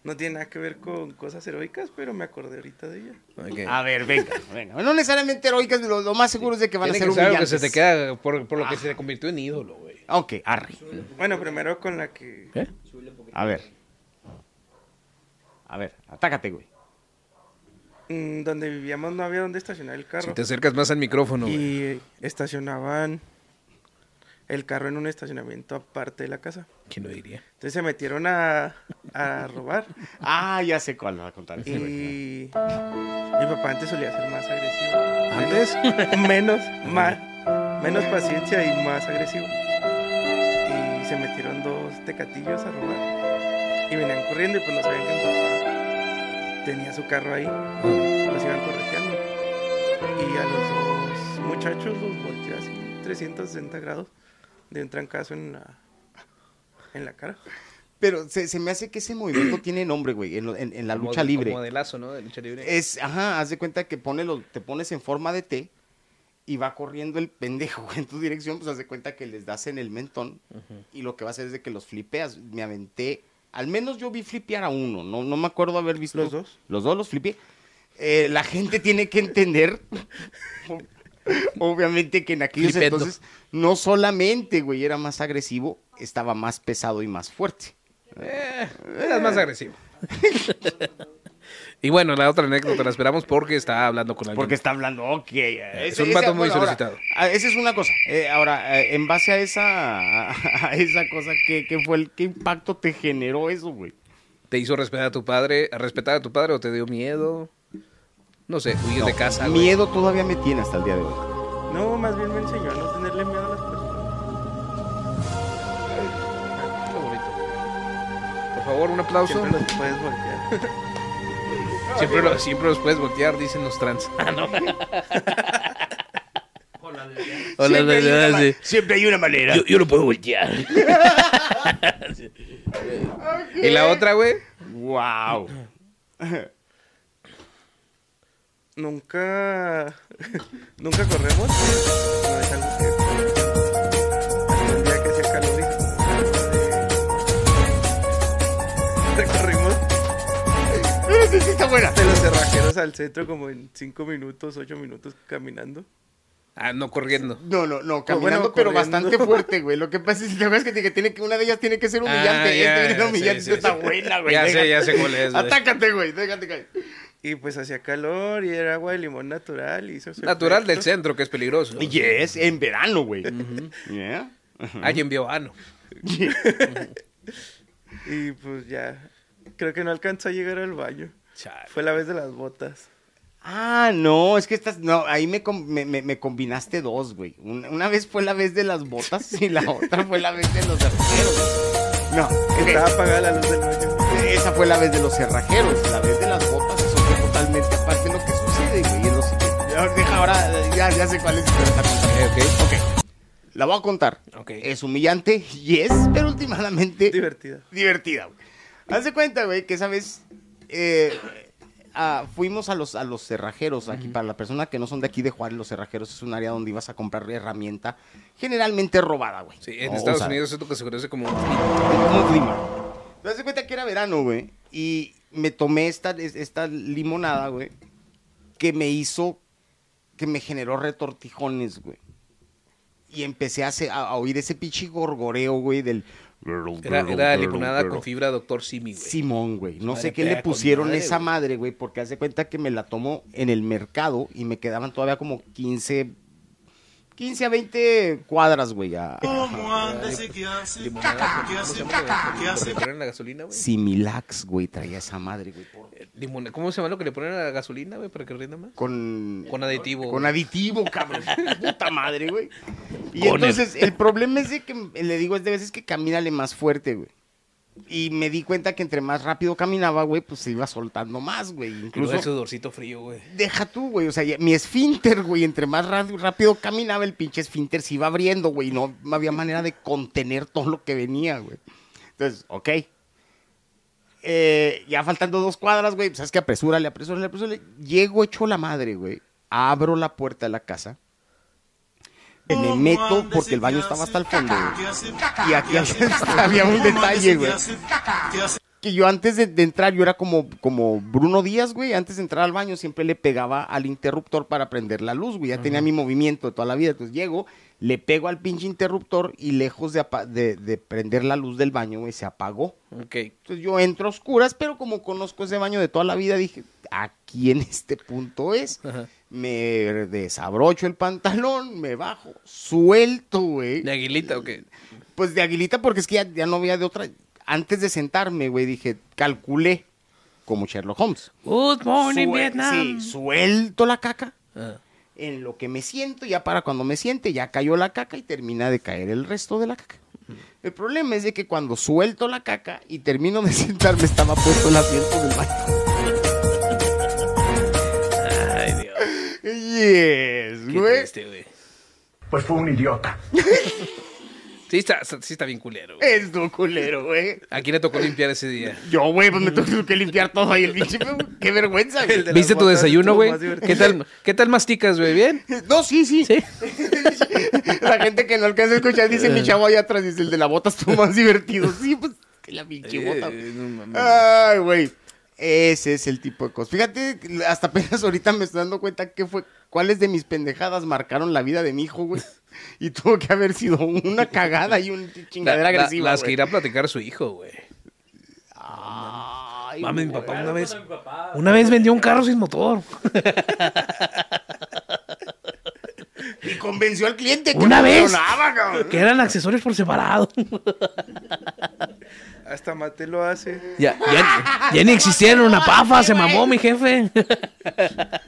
D: no tiene nada que ver con cosas heroicas, pero me acordé ahorita de ella.
B: Ok.
A: A ver, <laughs> venga, venga. No necesariamente heroicas, lo, lo más seguro es de que van a
B: Tiene
A: ser
B: que ser algo que
A: humillantes. Ah.
B: se te queda por, por lo que se te convirtió en ídolo, güey.
A: Ok, arre.
D: Bueno, primero con la que...
A: A ver. A ver, atácate, güey.
D: mm, donde vivíamos no había donde estacionar el
B: Si
D: carro.
B: te acercas más al micrófono, güey.
D: y estacionaban el carro en un estacionamiento aparte de la casa.
B: ¿Quién lo diría?
D: Entonces se metieron a, a robar.
A: Ah, ya sé cuál va a contar.
D: y
A: este güey.
D: mi papá antes solía ser más agresivo.
B: ¿Antes?
D: Menos, más, menos paciencia y más agresivo. Y se metieron dos tecatillos a robar. Y venían corriendo y pues no sabían que mi papá tenía su carro ahí. Los iban correteando. Y a los dos muchachos los volteó así 360 grados de un trancazo en la, en la cara.
A: Pero se, se me hace que ese movimiento tiene nombre, güey, en, lo- en- en la
B: Como-
A: lucha libre. Eh.
B: Como de lazo, ¿no? De lucha libre.
A: Es, ajá, haz de cuenta que pone los- te pones en forma de T y va corriendo el pendejo <laughs> en tu dirección, pues haz de cuenta que les das en el mentón y lo que va a hacer es de que los flipeas. Me aventé, al menos yo vi flipear a uno, no, no me acuerdo haber visto.
D: ¿Los dos?
A: Los dos los flipeé. Eh, la gente tiene que entender, <laughs> ob- obviamente, que en aquellos
B: Flipendo.
A: entonces no solamente, güey, era más agresivo, estaba más pesado y más fuerte.
B: Eras más
A: <laughs>
B: agresivo. <laughs> y bueno, la otra anécdota la esperamos porque estaba hablando con alguien.
A: Porque está hablando, ok. eh.
B: Eh, Es un vato muy solicitado.
A: ahora, ah, esa es una cosa. Eh, ahora, eh, en base a esa, a, esa cosa, ¿qué, qué fue el, ¿qué impacto te generó eso, güey?
B: ¿Te hizo respetar a tu padre? ¿A respetar a tu padre o te dio miedo? No sé, huyes de casa. güey.
A: Miedo todavía me tiene hasta el día de hoy.
D: No, más bien me enseñó a no tenerle miedo a las personas.
B: Qué bonito. Por favor, un aplauso. Siempre,
D: Siempre los puedes voltear.
B: lo- siempre los puedes voltear, dicen los trans. Ah, no. Hola,
A: siempre, hay una,
B: hola,
A: ma-
B: sí.
A: siempre hay una manera.
C: Yo, yo lo puedo voltear.
B: Y la otra, güey.
A: Wow.
D: Nunca. <laughs> Nunca corremos. No es algo que- hasta un día que hacía calor <laughs> y- Recorrimos
A: Esa sí está buena.
D: de los cerrajeros al centro como en 5 minutos, 8 minutos caminando.
B: Ah, no corriendo.
A: No, no, no, caminando,
D: bueno,
A: pero
D: corriendo.
A: bastante fuerte, güey. Lo que pasa es, ¿te acuerdas que te dije que tiene que una de ellas tiene que ser humillante?
B: Ah, ya,
A: Esta
B: ya,
A: era humillante,
B: sí, sí,
A: está
B: sí.
A: buena, güey.
B: Ya sé,
A: Deja-
B: ya sé cuál es, güey.
A: Atácate, güey, déjate caer.
D: Y pues hacía calor y era agua de limón natural. Y eso se
B: Natural
D: fue-
B: del centro, que es peligroso.
A: Yes, en verano, güey. Yeah.
B: Hay en Biobano.
D: Y pues ya. Creo que no alcanzó a llegar al baño.
B: Chale.
D: Fue la vez de las botas.
A: Ah, no, es que estas, no, ahí me, com- me, me- me combinaste dos, güey. Una, una vez fue la vez de las botas <laughs> y la otra fue la vez de los cerrajeros. No,
D: Estaba
A: ok,
D: apagada la luz del baño.
A: esa fue la vez de los cerrajeros. La vez de las botas, eso fue totalmente aparte de lo que sucede, güey. Es lo siguiente. Deja ahora, ya, ya sé cuál es. pero está bien.
B: ok.
A: Ok. La voy a contar.
B: Ok.
A: Es humillante y es, pero últimamente
D: Divertida.
A: divertida, güey. Haz de cuenta, güey, que esa vez eh, ah, fuimos a los, a los cerrajeros aquí. Para la persona que no son de aquí de Juárez, los cerrajeros es un área donde ibas a comprar herramienta generalmente robada, güey.
B: Sí, en
A: No,
B: Estados
A: o sea,
B: Unidos es lo que se conoce como...
A: como clima. Te das cuenta que era verano, güey. Y me tomé esta, es- esta limonada, güey. Que me hizo. Que me generó retortijones, güey. Y empecé a, hacer- a- a oír ese pinche gorgoreo, güey, del.
B: Era, era limonada con fibra Doctor Simi, güey.
A: Simón, güey. No
B: Madre
A: sé qué le
B: pega con
A: pusieron
B: madre,
A: esa
B: güey.
A: madre, güey, porque hace cuenta que me la tomo en el mercado y me quedaban todavía como 15, 15 a 20 cuadras, güey. a- a-
B: Limonada, ¿cómo se llama? lo que- lo que le ponen a la gasolina, güey.
A: Similax, güey, traía esa madre, güey. por-
B: Limona- ¿Cómo se llama lo que le ponen a la gasolina, güey, para que rinda más?
A: Con,
B: Con aditivo.
A: Con aditivo, cabrón. Puta madre, güey. Y
C: Con
A: entonces, el problema es de que le digo es de veces que camínale más fuerte, güey. Y me di cuenta que entre más rápido caminaba, güey, pues se iba soltando más, güey.
B: Incluso el
A: Incluso.
B: sudorcito frío, güey.
A: Deja tú, güey. O sea, ya- mi esfínter, güey, entre más ra- rápido caminaba, el pinche esfínter se iba abriendo, güey. y No había manera de contener todo lo que venía, güey. Entonces, ok. Eh, ya faltando dos cuadras, güey. pues, Sabes que apresúrale, apresúrale, apresúrale. Llego hecho la madre, güey. Abro la puerta de la casa. Me meto porque el baño estaba hasta el fondo, güey. Y aquí había un detalle, güey que yo antes de, de entrar, yo era como, como Bruno Díaz, güey. Antes de entrar al baño siempre le pegaba al interruptor para prender la luz, güey. Ya tenía mi movimiento de toda la vida. Entonces llego, le pego al pinche interruptor y lejos de, apa- de- de prender la luz del baño, güey, se apagó.
B: Ok.
A: Entonces yo entro a oscuras, pero como conozco ese baño de toda la vida, dije, aquí en este punto es.
B: Ajá.
A: Me desabrocho el pantalón, me bajo, suelto, güey.
B: ¿De aguilita o qué?
A: Pues de aguilita, porque es que ya, ya no había de otra. Antes de sentarme, güey, dije, calculé como Sherlock Holmes.
B: Good morning,
A: Sue-
B: Oh, Vietnam.
A: sí, suelto la caca.
B: Ah,
A: En lo que me siento, ya para cuando me siente, ya cayó la caca y termina de caer el resto de la caca. El problema es de que cuando suelto la caca y termino de <laughs> sentarme, estaba puesto el asiento del baño. <laughs> Ay, Dios. Yes,
B: qué
A: güey.
B: triste, güey. <laughs> Sí está, está- sí está bien culero, güey.
A: Es tu culero, güey.
B: ¿A quién le tocó limpiar ese día?
A: Yo, güey, pues me tuve que limpiar todo ahí el pinche. Qué vergüenza, güey.
D: de las
B: ¿Viste tu
D: botas
B: desayuno,
D: estuvo
B: güey?
D: más divertido.
B: ¿Qué tal, ¿Qué tal masticas, güey? ¿Bien?
A: No, sí, sí.
B: Sí.
A: <laughs> la gente que no alcanza a escuchar dice mi chavo allá atrás, dice el de la bota estuvo más divertido. Sí, pues que la pinche bota.
B: Eh, no mames.
D: Ah,
A: Ay, güey. Ese es el tipo de cosas. Fíjate, hasta apenas ahorita me estoy dando cuenta que fue, cuáles de mis pendejadas marcaron la vida de mi hijo, güey. Y tuvo que haber sido una cagada y una
B: La-
A: chingadera
B: la-
A: agresiva.
B: las que
A: güey.
B: irá a platicar su hijo, güey.
A: Ay,
B: Mames, mi papá una vez.
C: Mi papá.
B: Una vez vendió un carro sin motor.
A: Y convenció al cliente que
B: Una vez.
A: funcionaba, cabrón.
B: Que eran accesorios por
D: <laughs>
B: separado.
D: Hasta Mate lo hace.
B: Ya, ya, ya ni existían una pafa, se mamó mi jefe. <laughs>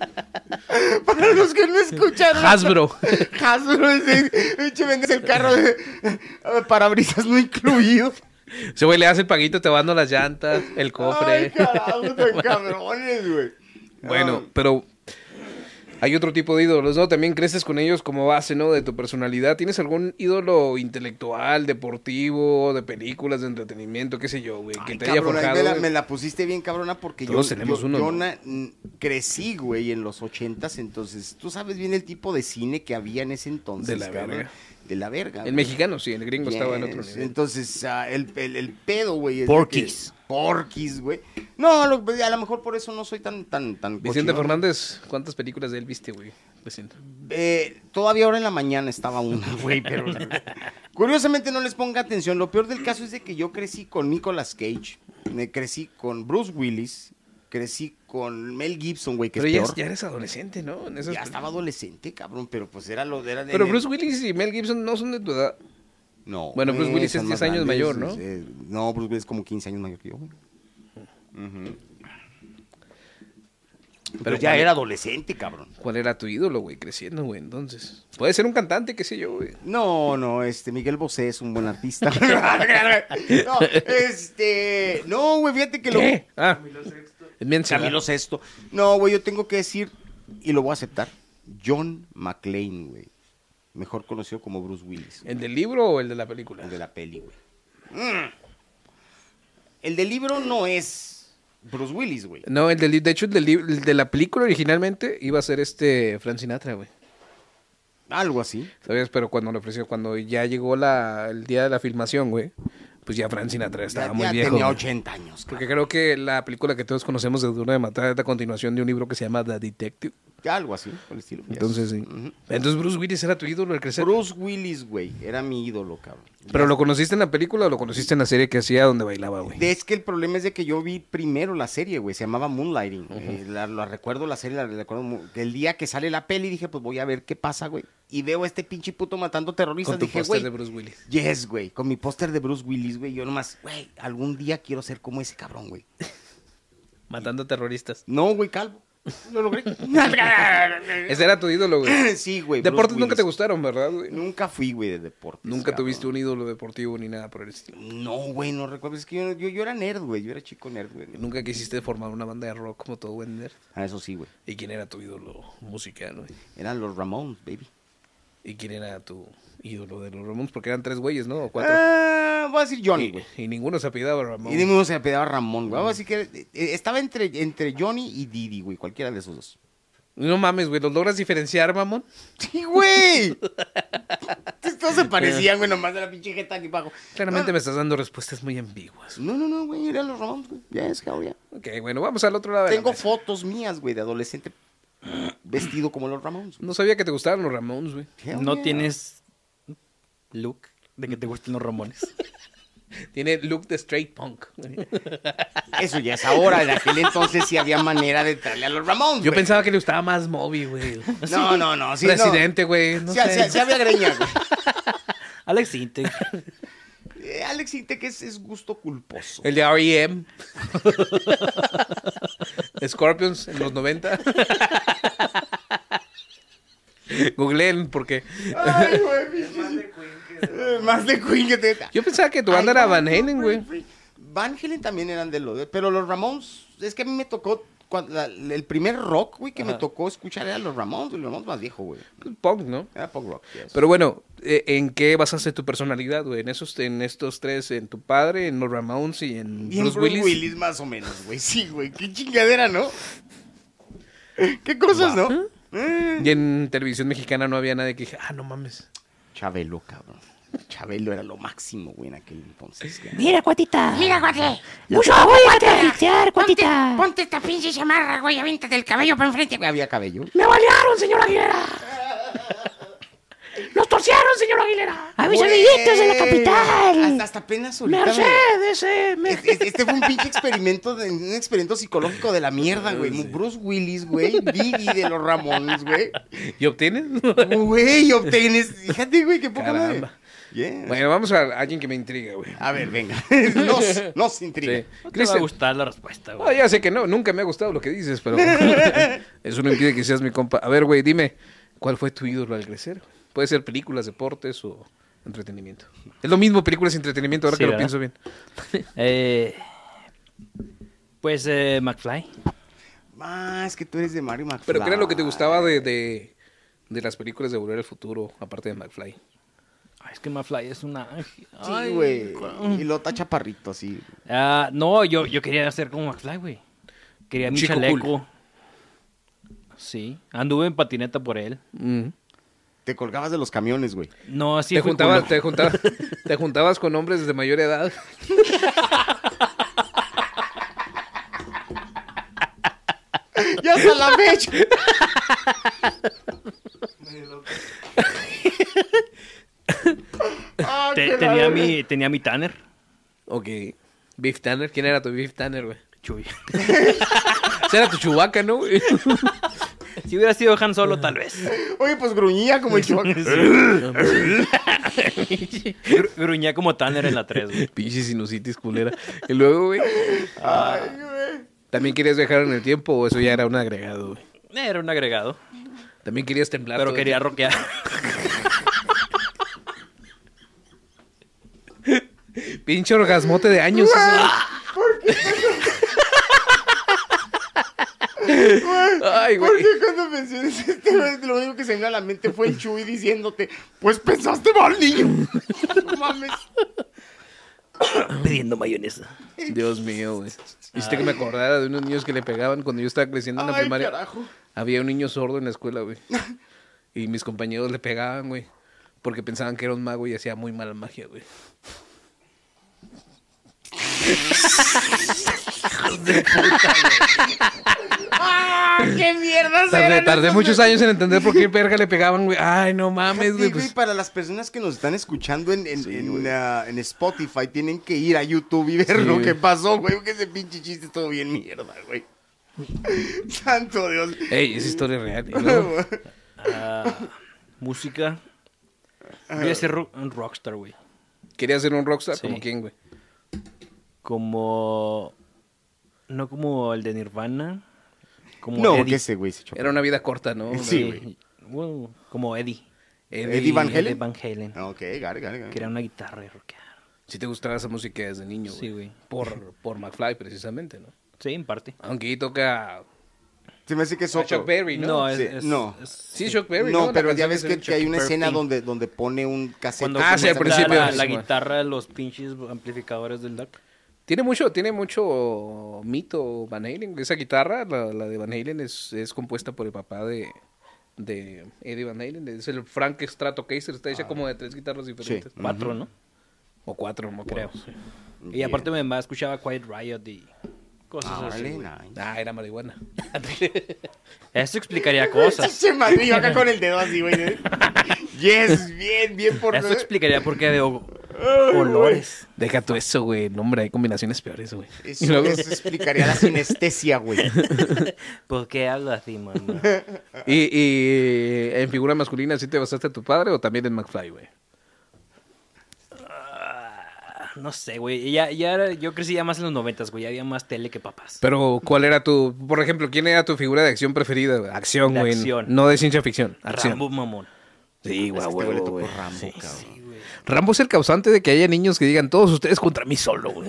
A: Para los que no
B: <laughs>
A: escucharon.
B: Hasbro.
A: <laughs> Hasbro, ese, pinche, vendes el carro de eh, parabrisas no incluido.
B: Se güey le hace el paguito te va dando las llantas, el
A: Ay,
B: cofre.
A: carajo, tan cabrones, güey.
B: Bueno,
A: Ah.
B: pero hay otro tipo de ídolos, ¿no? También creces con ellos como base, ¿no? De tu personalidad. ¿Tienes algún ídolo intelectual, deportivo, de películas, de entretenimiento, qué sé yo, güey? Que
A: Ay,
B: te
A: cabrón,
B: haya
A: ahí
B: forjado.
A: me, la,
B: güey?
A: me la pusiste bien cabrona porque yo,
B: Todos tenemos
A: yo-
B: uno,
A: yo
B: ¿no?
A: na- n- crecí, güey, en los ochentas, entonces tú sabes bien el tipo de cine que había en ese entonces.
B: De la verga.
A: De la verga.
B: El
A: güey.
B: mexicano, sí, el gringo estaba en otro
A: Yes.
B: nivel.
A: Entonces, ah, el, el- el pedo, güey. es de
B: Porquis.
A: que- Porquis, güey. No, lo- pues, a lo mejor por eso no soy tan, tan, tan.
B: Vicente
A: cochinón.
B: Fernández, ¿cuántas películas de él viste, güey? Vicente.
A: Eh, todavía ahora en la mañana estaba una, <laughs> güey, pero. Curiosamente no les ponga atención. Lo peor del caso es de que yo crecí con Nicolas Cage, me crecí con Bruce Willis, crecí con Mel Gibson, güey, que
B: Pero
A: es
B: ya,
A: peor.
B: ya eres adolescente, ¿no? En esas-
A: Ya estaba adolescente, cabrón, pero pues era lo era
B: Pero
A: en el-
B: Bruce Willis y Mel Gibson no son de tu edad.
A: No.
B: Bueno, Bruce
A: güey,
B: Willis
A: son
B: es
A: más
B: 10 años
A: grandes,
B: mayor, ¿no?
A: eh, no, Bruce Willis es como 15 años mayor que yo, güey. Pero,
B: Pero
A: ya
B: ¿cuál-
A: era adolescente, cabrón.
B: ¿Cuál era tu ídolo, güey? Creciendo, güey, entonces. Puede ser un cantante, qué sé yo, güey.
A: No, no, este, Miguel Bosé es un buen <laughs> artista. no, este, no, güey, fíjate que
B: ¿Qué?
A: lo...
B: Ah, es mi ansiedad.
A: Camilo Sesto. No, güey, yo tengo que decir, y lo voy a aceptar, John McClane, güey. Mejor conocido como Bruce Willis.
B: ¿El del libro o el de la película?
A: El de la peli, güey. Mm. El del libro no es Bruce Willis, güey.
B: No, el del, li- de hecho, el, del li- el de la película originalmente iba a ser este Frank Sinatra, güey.
A: Algo así.
B: ¿Sabías? Pero cuando le ofreció, cuando ya llegó la, el día de la filmación, güey, pues ya Frank Sinatra estaba
A: Ya-
B: muy
A: ya
B: viejo.
A: tenía
B: güey.
A: 80 años.
B: Porque
A: cabrón.
B: creo que la película que todos conocemos de Duro de Matar es la continuación de un libro que se llama The Detective.
A: Algo así, por el estilo. Yes.
B: Entonces, sí.
A: Ujú.
B: Entonces Bruce Willis era tu ídolo al crecer.
A: Bruce Willis, güey, era mi ídolo, cabrón.
B: ¿Pero lo conociste en la película o lo conociste en la serie que hacía donde bailaba, güey?
A: Es que el problema es de que yo vi primero la serie, güey. Se llamaba Moonlighting. Eh, la, la recuerdo la serie, la, recuerdo. mu- El día que sale la peli dije, pues voy a ver qué pasa, güey. Y veo a este pinche puto matando terroristas.
B: Con tu
A: dije,
B: póster
A: güey.
B: de Bruce Willis.
A: Yes, güey. Con mi póster de Bruce Willis, güey. Yo nomás, güey, algún día quiero ser como ese cabrón, güey.
B: Matando terroristas.
A: No, güey, calvo. Lo
B: <laughs>
A: logré.
B: Ese era tu ídolo, güey.
A: <laughs> sí, güey. Bruce
B: Deportes nunca te
A: Willis.
B: gustaron, ¿verdad, güey?
A: Nunca fui, güey, de deportes.
B: Nunca
A: cabrón.
B: tuviste un ídolo deportivo ni nada por el estilo.
A: No, güey, no recuerdo. Es que yo, yo, yo era nerd, güey. Yo era chico nerd, güey.
B: Nunca quisiste formar una banda de rock como todo Wender.
A: Ah, eso sí, güey.
B: ¿Y quién era tu ídolo musical, güey?
A: Eran los Ramones, baby.
B: ¿Y quién era tu ídolo de los Ramones? Porque eran tres güeyes, ¿no? O cuatro.
A: Ah, voy a decir Johnny, güey.
B: Y, y ninguno se apellidaba Ramón.
A: Y de mismo se apellidaba Ramón, güey. Así que eh, estaba entre, entre Johnny y Didi, güey. Cualquiera de
B: <laughs>
A: esos dos.
B: No mames, güey. ¿Los logras diferenciar, mamón?
A: Sí, güey. Estos se parecían, güey, nomás de la pinche jeta aquí abajo. Ah.
B: Claramente me estás dando respuestas muy ambiguas.
A: No, no, no, güey, eran los Ramones, güey. Ya es, cabrón, ya.
B: Ok, bueno, pues. vamos al otro lado de la
A: Tengo
B: mesa.
A: fotos mías, güey, de adolescente vestido como los Ramones, güey.
B: No sabía que te gustaban los Ramones, güey.
A: Hell
C: No
A: yeah.
C: tienes look de que te gusten los
E: <laughs>
C: Ramones.
B: Tiene look de straight punk.
A: <laughs> Eso ya es ahora. En aquel entonces sí había manera de traerle a los Ramones,
B: Yo
A: güey.
B: pensaba que le gustaba más Moby, güey.
A: No, no, no. Sí, no.
B: Presidente, güey. No
A: Sí, sí,
B: sé.
A: sí había greña, güey.
C: Alex Inte.
A: Eh, Alex Intec es, es gusto culposo.
B: El de E R.E.M. <laughs> Scorpions en los 90. Googleen porque
A: Ay, güey, pinche- Eh, Más de Queen que te.
B: yo pensaba que tu banda era
A: Ay,
B: Van
A: no,
B: Halen, güey.
A: Van Halen también eran de lo de. Pero los Ramones, es que a mí me tocó. cuando la- el primer rock, güey, que me tocó escuchar era los Ramones, güey, los Ramones más viejo, güey.
B: Punk, ¿no?
A: Era punk rock. yes.
B: Pero bueno, eh, ¿en qué basaste tu personalidad, güey? En esos en estos tres, en tu padre, en los Ramones y en
A: Bien
B: Bruce, Willis.
A: más o menos, güey. Sí, güey. Qué chingadera, ¿no? Qué cosas, ¿no?
B: Y en televisión mexicana no había nadie que dije, "Ah, no mames."
A: Chabelo, cabrón. Chabelo era lo máximo, güey, en aquel entonces. güey.
H: Mira, cuatita.
I: Mira, cuate.
H: Mucho agua voy a
I: Ponte,
H: asfixiar, cuatita.
I: ponte esta pinche chamarra, güey. Aviéntate el cabello para enfrente, güey.
A: Había cabello.
H: Me balearon, señor Aguilera. Los torcieron, señor Aguilera. A mis amiguitos en la
A: Hasta,
H: capital.
A: hasta apenas ahorita. güey.
H: Mercedes, eh, me-
A: Es- es- Este fue un pinche experimento, de- un experimento psicológico de la mierda, güey. Bruce Willis, güey. Didi de los Ramones, güey.
B: ¿Y obtienes?
A: Oh, Güey, obtienes. Fíjate, güey, qué poca madre.
B: Caramba.
A: Yeah.
B: <laughs> bueno, vamos a alguien que me intriga, güey.
A: A
B: <laughs>
A: ver, venga. Nos, nos intriga.
B: Sí.
C: No te va a
B: Cristian,
C: gustar la respuesta,
B: No,
C: güey.
B: ya sé que no, nunca me ha gustado lo que dices, pero <laughs> eso no impide que seas mi compa. A ver, güey, dime, ¿cuál fue tu ídolo al crecer? Puede ser películas, deportes o entretenimiento. Es lo mismo películas y entretenimiento, ahora
C: Sí,
B: que lo
C: ¿verdad?
B: pienso bien.
C: Eh, pues eh, McFly.
A: Ah, es que tú eres de Mario McFly.
B: Pero ¿qué era lo que te gustaba de, de, de las películas de Volver al Futuro, aparte de McFly?
C: Ay, es que McFly es una ángel.
A: Sí, güey. Y lo tacha parrito, así.
C: Ah, no, yo, yo quería hacer como McFly, güey. Quería mi
B: Chico
C: chaleco. Sí, anduve en patineta por él.
A: Te colgabas de los
B: <laughs>
A: camiones, güey.
C: No, así
B: te,
C: fui
B: juntabas,
C: culo.
B: te, juntabas, te juntabas con hombres de mayor edad.
A: Ya hasta la fecha. Ah,
C: <laughs> Te-
A: qué
C: tenía,
A: raro.
C: mi, tenía mi Tanner.
B: Ok. Beef Tanner, ¿quién era tu Beef Tanner, güey?
C: Chuy. <laughs>
B: Ese era tu chubaca, ¿no? güey?
C: Si hubiera sido Han Solo, tal vez.
A: Oye, pues gruñía como el chihuahua.
C: Gru- Gruñía como Tanner en la 3, güey.
B: <laughs> Pinche sinusitis culera. Y luego, güey. ah, ¿También querías viajar en el tiempo o eso ya era un agregado, güey?
C: Era un agregado,
B: También querías temblar.
C: pero
B: Ah, todo
C: quería
B: el
C: rockear.
B: tiempo. Pinche orgasmote de años. ese, güey. Ay, güey.
A: Porque cuando mencionas este güey, lo único que se me vino a la mente fue el Chuy diciéndote, pues pensaste mal,
B: <laughs>
A: niño. No mames.
E: Pidiendo mayonesa.
B: Dios mío, güey. Viste que me acordara de unos niños que le pegaban cuando yo estaba creciendo en la
A: Ay,
B: primaria.
A: carajo.
B: Había un niño sordo en la escuela, güey. Y mis compañeros le pegaban, güey. Porque pensaban que era un mago y hacía muy mala magia, güey.
A: ¡Ah, qué mierda
B: Tardé, tardé muchos años en entender por qué verga le pegaban, güey. Ay, no mames, güey. pues,
A: para las personas que nos están escuchando en, en, en, ah, en Spotify, tienen que ir a YouTube y ver lo
B: güey.
A: que pasó, güey. Que ese pinche chiste todo bien mierda, güey. <laughs> Santo Dios.
B: Ey, es historia real. y luego-
C: Ah,
E: Música.
B: Ah.
E: Voy a ser ro- un rockstar, güey.
B: Quería ser un rockstar,
E: Sí.
B: como quién, güey.
E: Como. No como el de Nirvana. Como
A: No, que
E: Eddie.
A: ese güey se echó.
B: Era una vida corta, ¿no?
A: Sí,
B: Una-
A: güey.
E: Wow, como Eddie.
A: Eddie Van Halen. Ah.
E: Eddie Van Halen.
A: Ok, gare, gare,
E: Que
A: gare.
E: era una guitarra y rockear.
B: Si te gustaba esa música desde niño, güey.
E: Sí, güey.
B: Por, por McFly, precisamente, ¿no?
E: Sí, en parte.
B: Aunque ahí toca
A: Se me hace que es
B: a Chuck
A: otro.
B: Berry, ¿no?
E: es,
A: Sí,
E: es-
A: no.
E: es-
B: Sí, Chuck Berry.
A: No,
B: La
A: pero
B: canción
A: ya ves
B: se
A: que,
B: llama
A: que hay
B: Chuck
A: una
B: Berry.
A: escena donde, donde pone un cassette.
E: Cuando
B: Ah, sí, al
E: comienza
B: principio,
E: La, la
B: sí, man.
E: guitarra, los pinches amplificadores del Dark.
B: Tiene mucho, tiene mucho mito Van Halen. Esa guitarra, la, la de Van Halen, es, es compuesta por el papá de, de Eddie Van Halen. Es el Frank Stratocaster. Está hecha como de tres guitarras diferentes.
E: Cuatro, ¿no?
B: O cuatro, no me
E: Creo.
B: acuerdo.
E: Y aparte me me escuchaba Quiet Riot y cosas
A: Ah,
E: así.
A: vale,
E: güey.
A: nice.
B: Ah, era marihuana.
E: Eso explicaría
A: <laughs>
E: cosas.
A: Se madrió
E: <laughs>
A: acá con el dedo así, güey. ¿eh? <laughs> Yes, bien, bien por
E: Eso explicaría por qué de o-
A: <laughs>
E: olores.
B: Deja tú eso, güey. No, hombre, hay combinaciones peores, güey.
A: Eso,
B: Y luego-
A: eso explicaría la sinestesia, güey.
E: ¿Por qué hablo así, mamá?
B: Y, y en figura masculina, ¿sí te basaste a tu padre o también en McFly, güey?
E: Ah, No sé, güey. Ya, ya era- yo crecí ya más en los noventas, güey. Ya había más tele que papás.
B: Pero, ¿cuál era tu, por ejemplo, quién era tu figura de acción preferida? güey? Acción,
E: De
B: güey.
E: acción.
B: No de ciencia ficción. Acción.
E: Rambo, mamón.
B: Sí, güey,
A: este
B: güey,
A: güey le
B: güey,
A: tocó
B: güey.
A: Rambo,
B: Sí,
A: cabrón.
B: sí, güey. Rambo es el causante de que haya niños que digan todos ustedes contra mí solo, güey.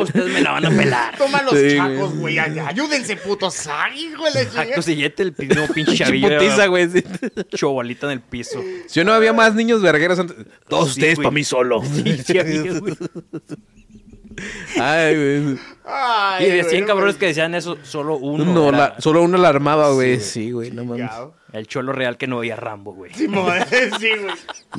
E: Ustedes me la van a pelar.
A: <laughs> Toma los
B: Sí,
A: chacos, güey. ay- Ayúdense, putos. Ay, güey, la chingada.
E: Acto siguiente, el mismo <laughs> pinche
B: Pinche
E: chavillo.
B: putiza, güey. sí.
E: Chobolita en el piso.
B: Si yo no había más niños vergueros antes. Todos
E: Sí,
B: ustedes
E: güey.
B: para mí solo. <laughs>
E: Sí, sí, había, güey.
B: Ay, güey.
A: Ay,
E: Y de 100
A: güey,
E: cabrones
A: no
E: que decían eso, solo uno.
B: No,
E: era
B: la- solo uno la armaba, güey. Sí, güey, no mames.
A: chingado.
E: El cholo real que no veía Rambo, güey.
A: Sí, madre, sí, güey.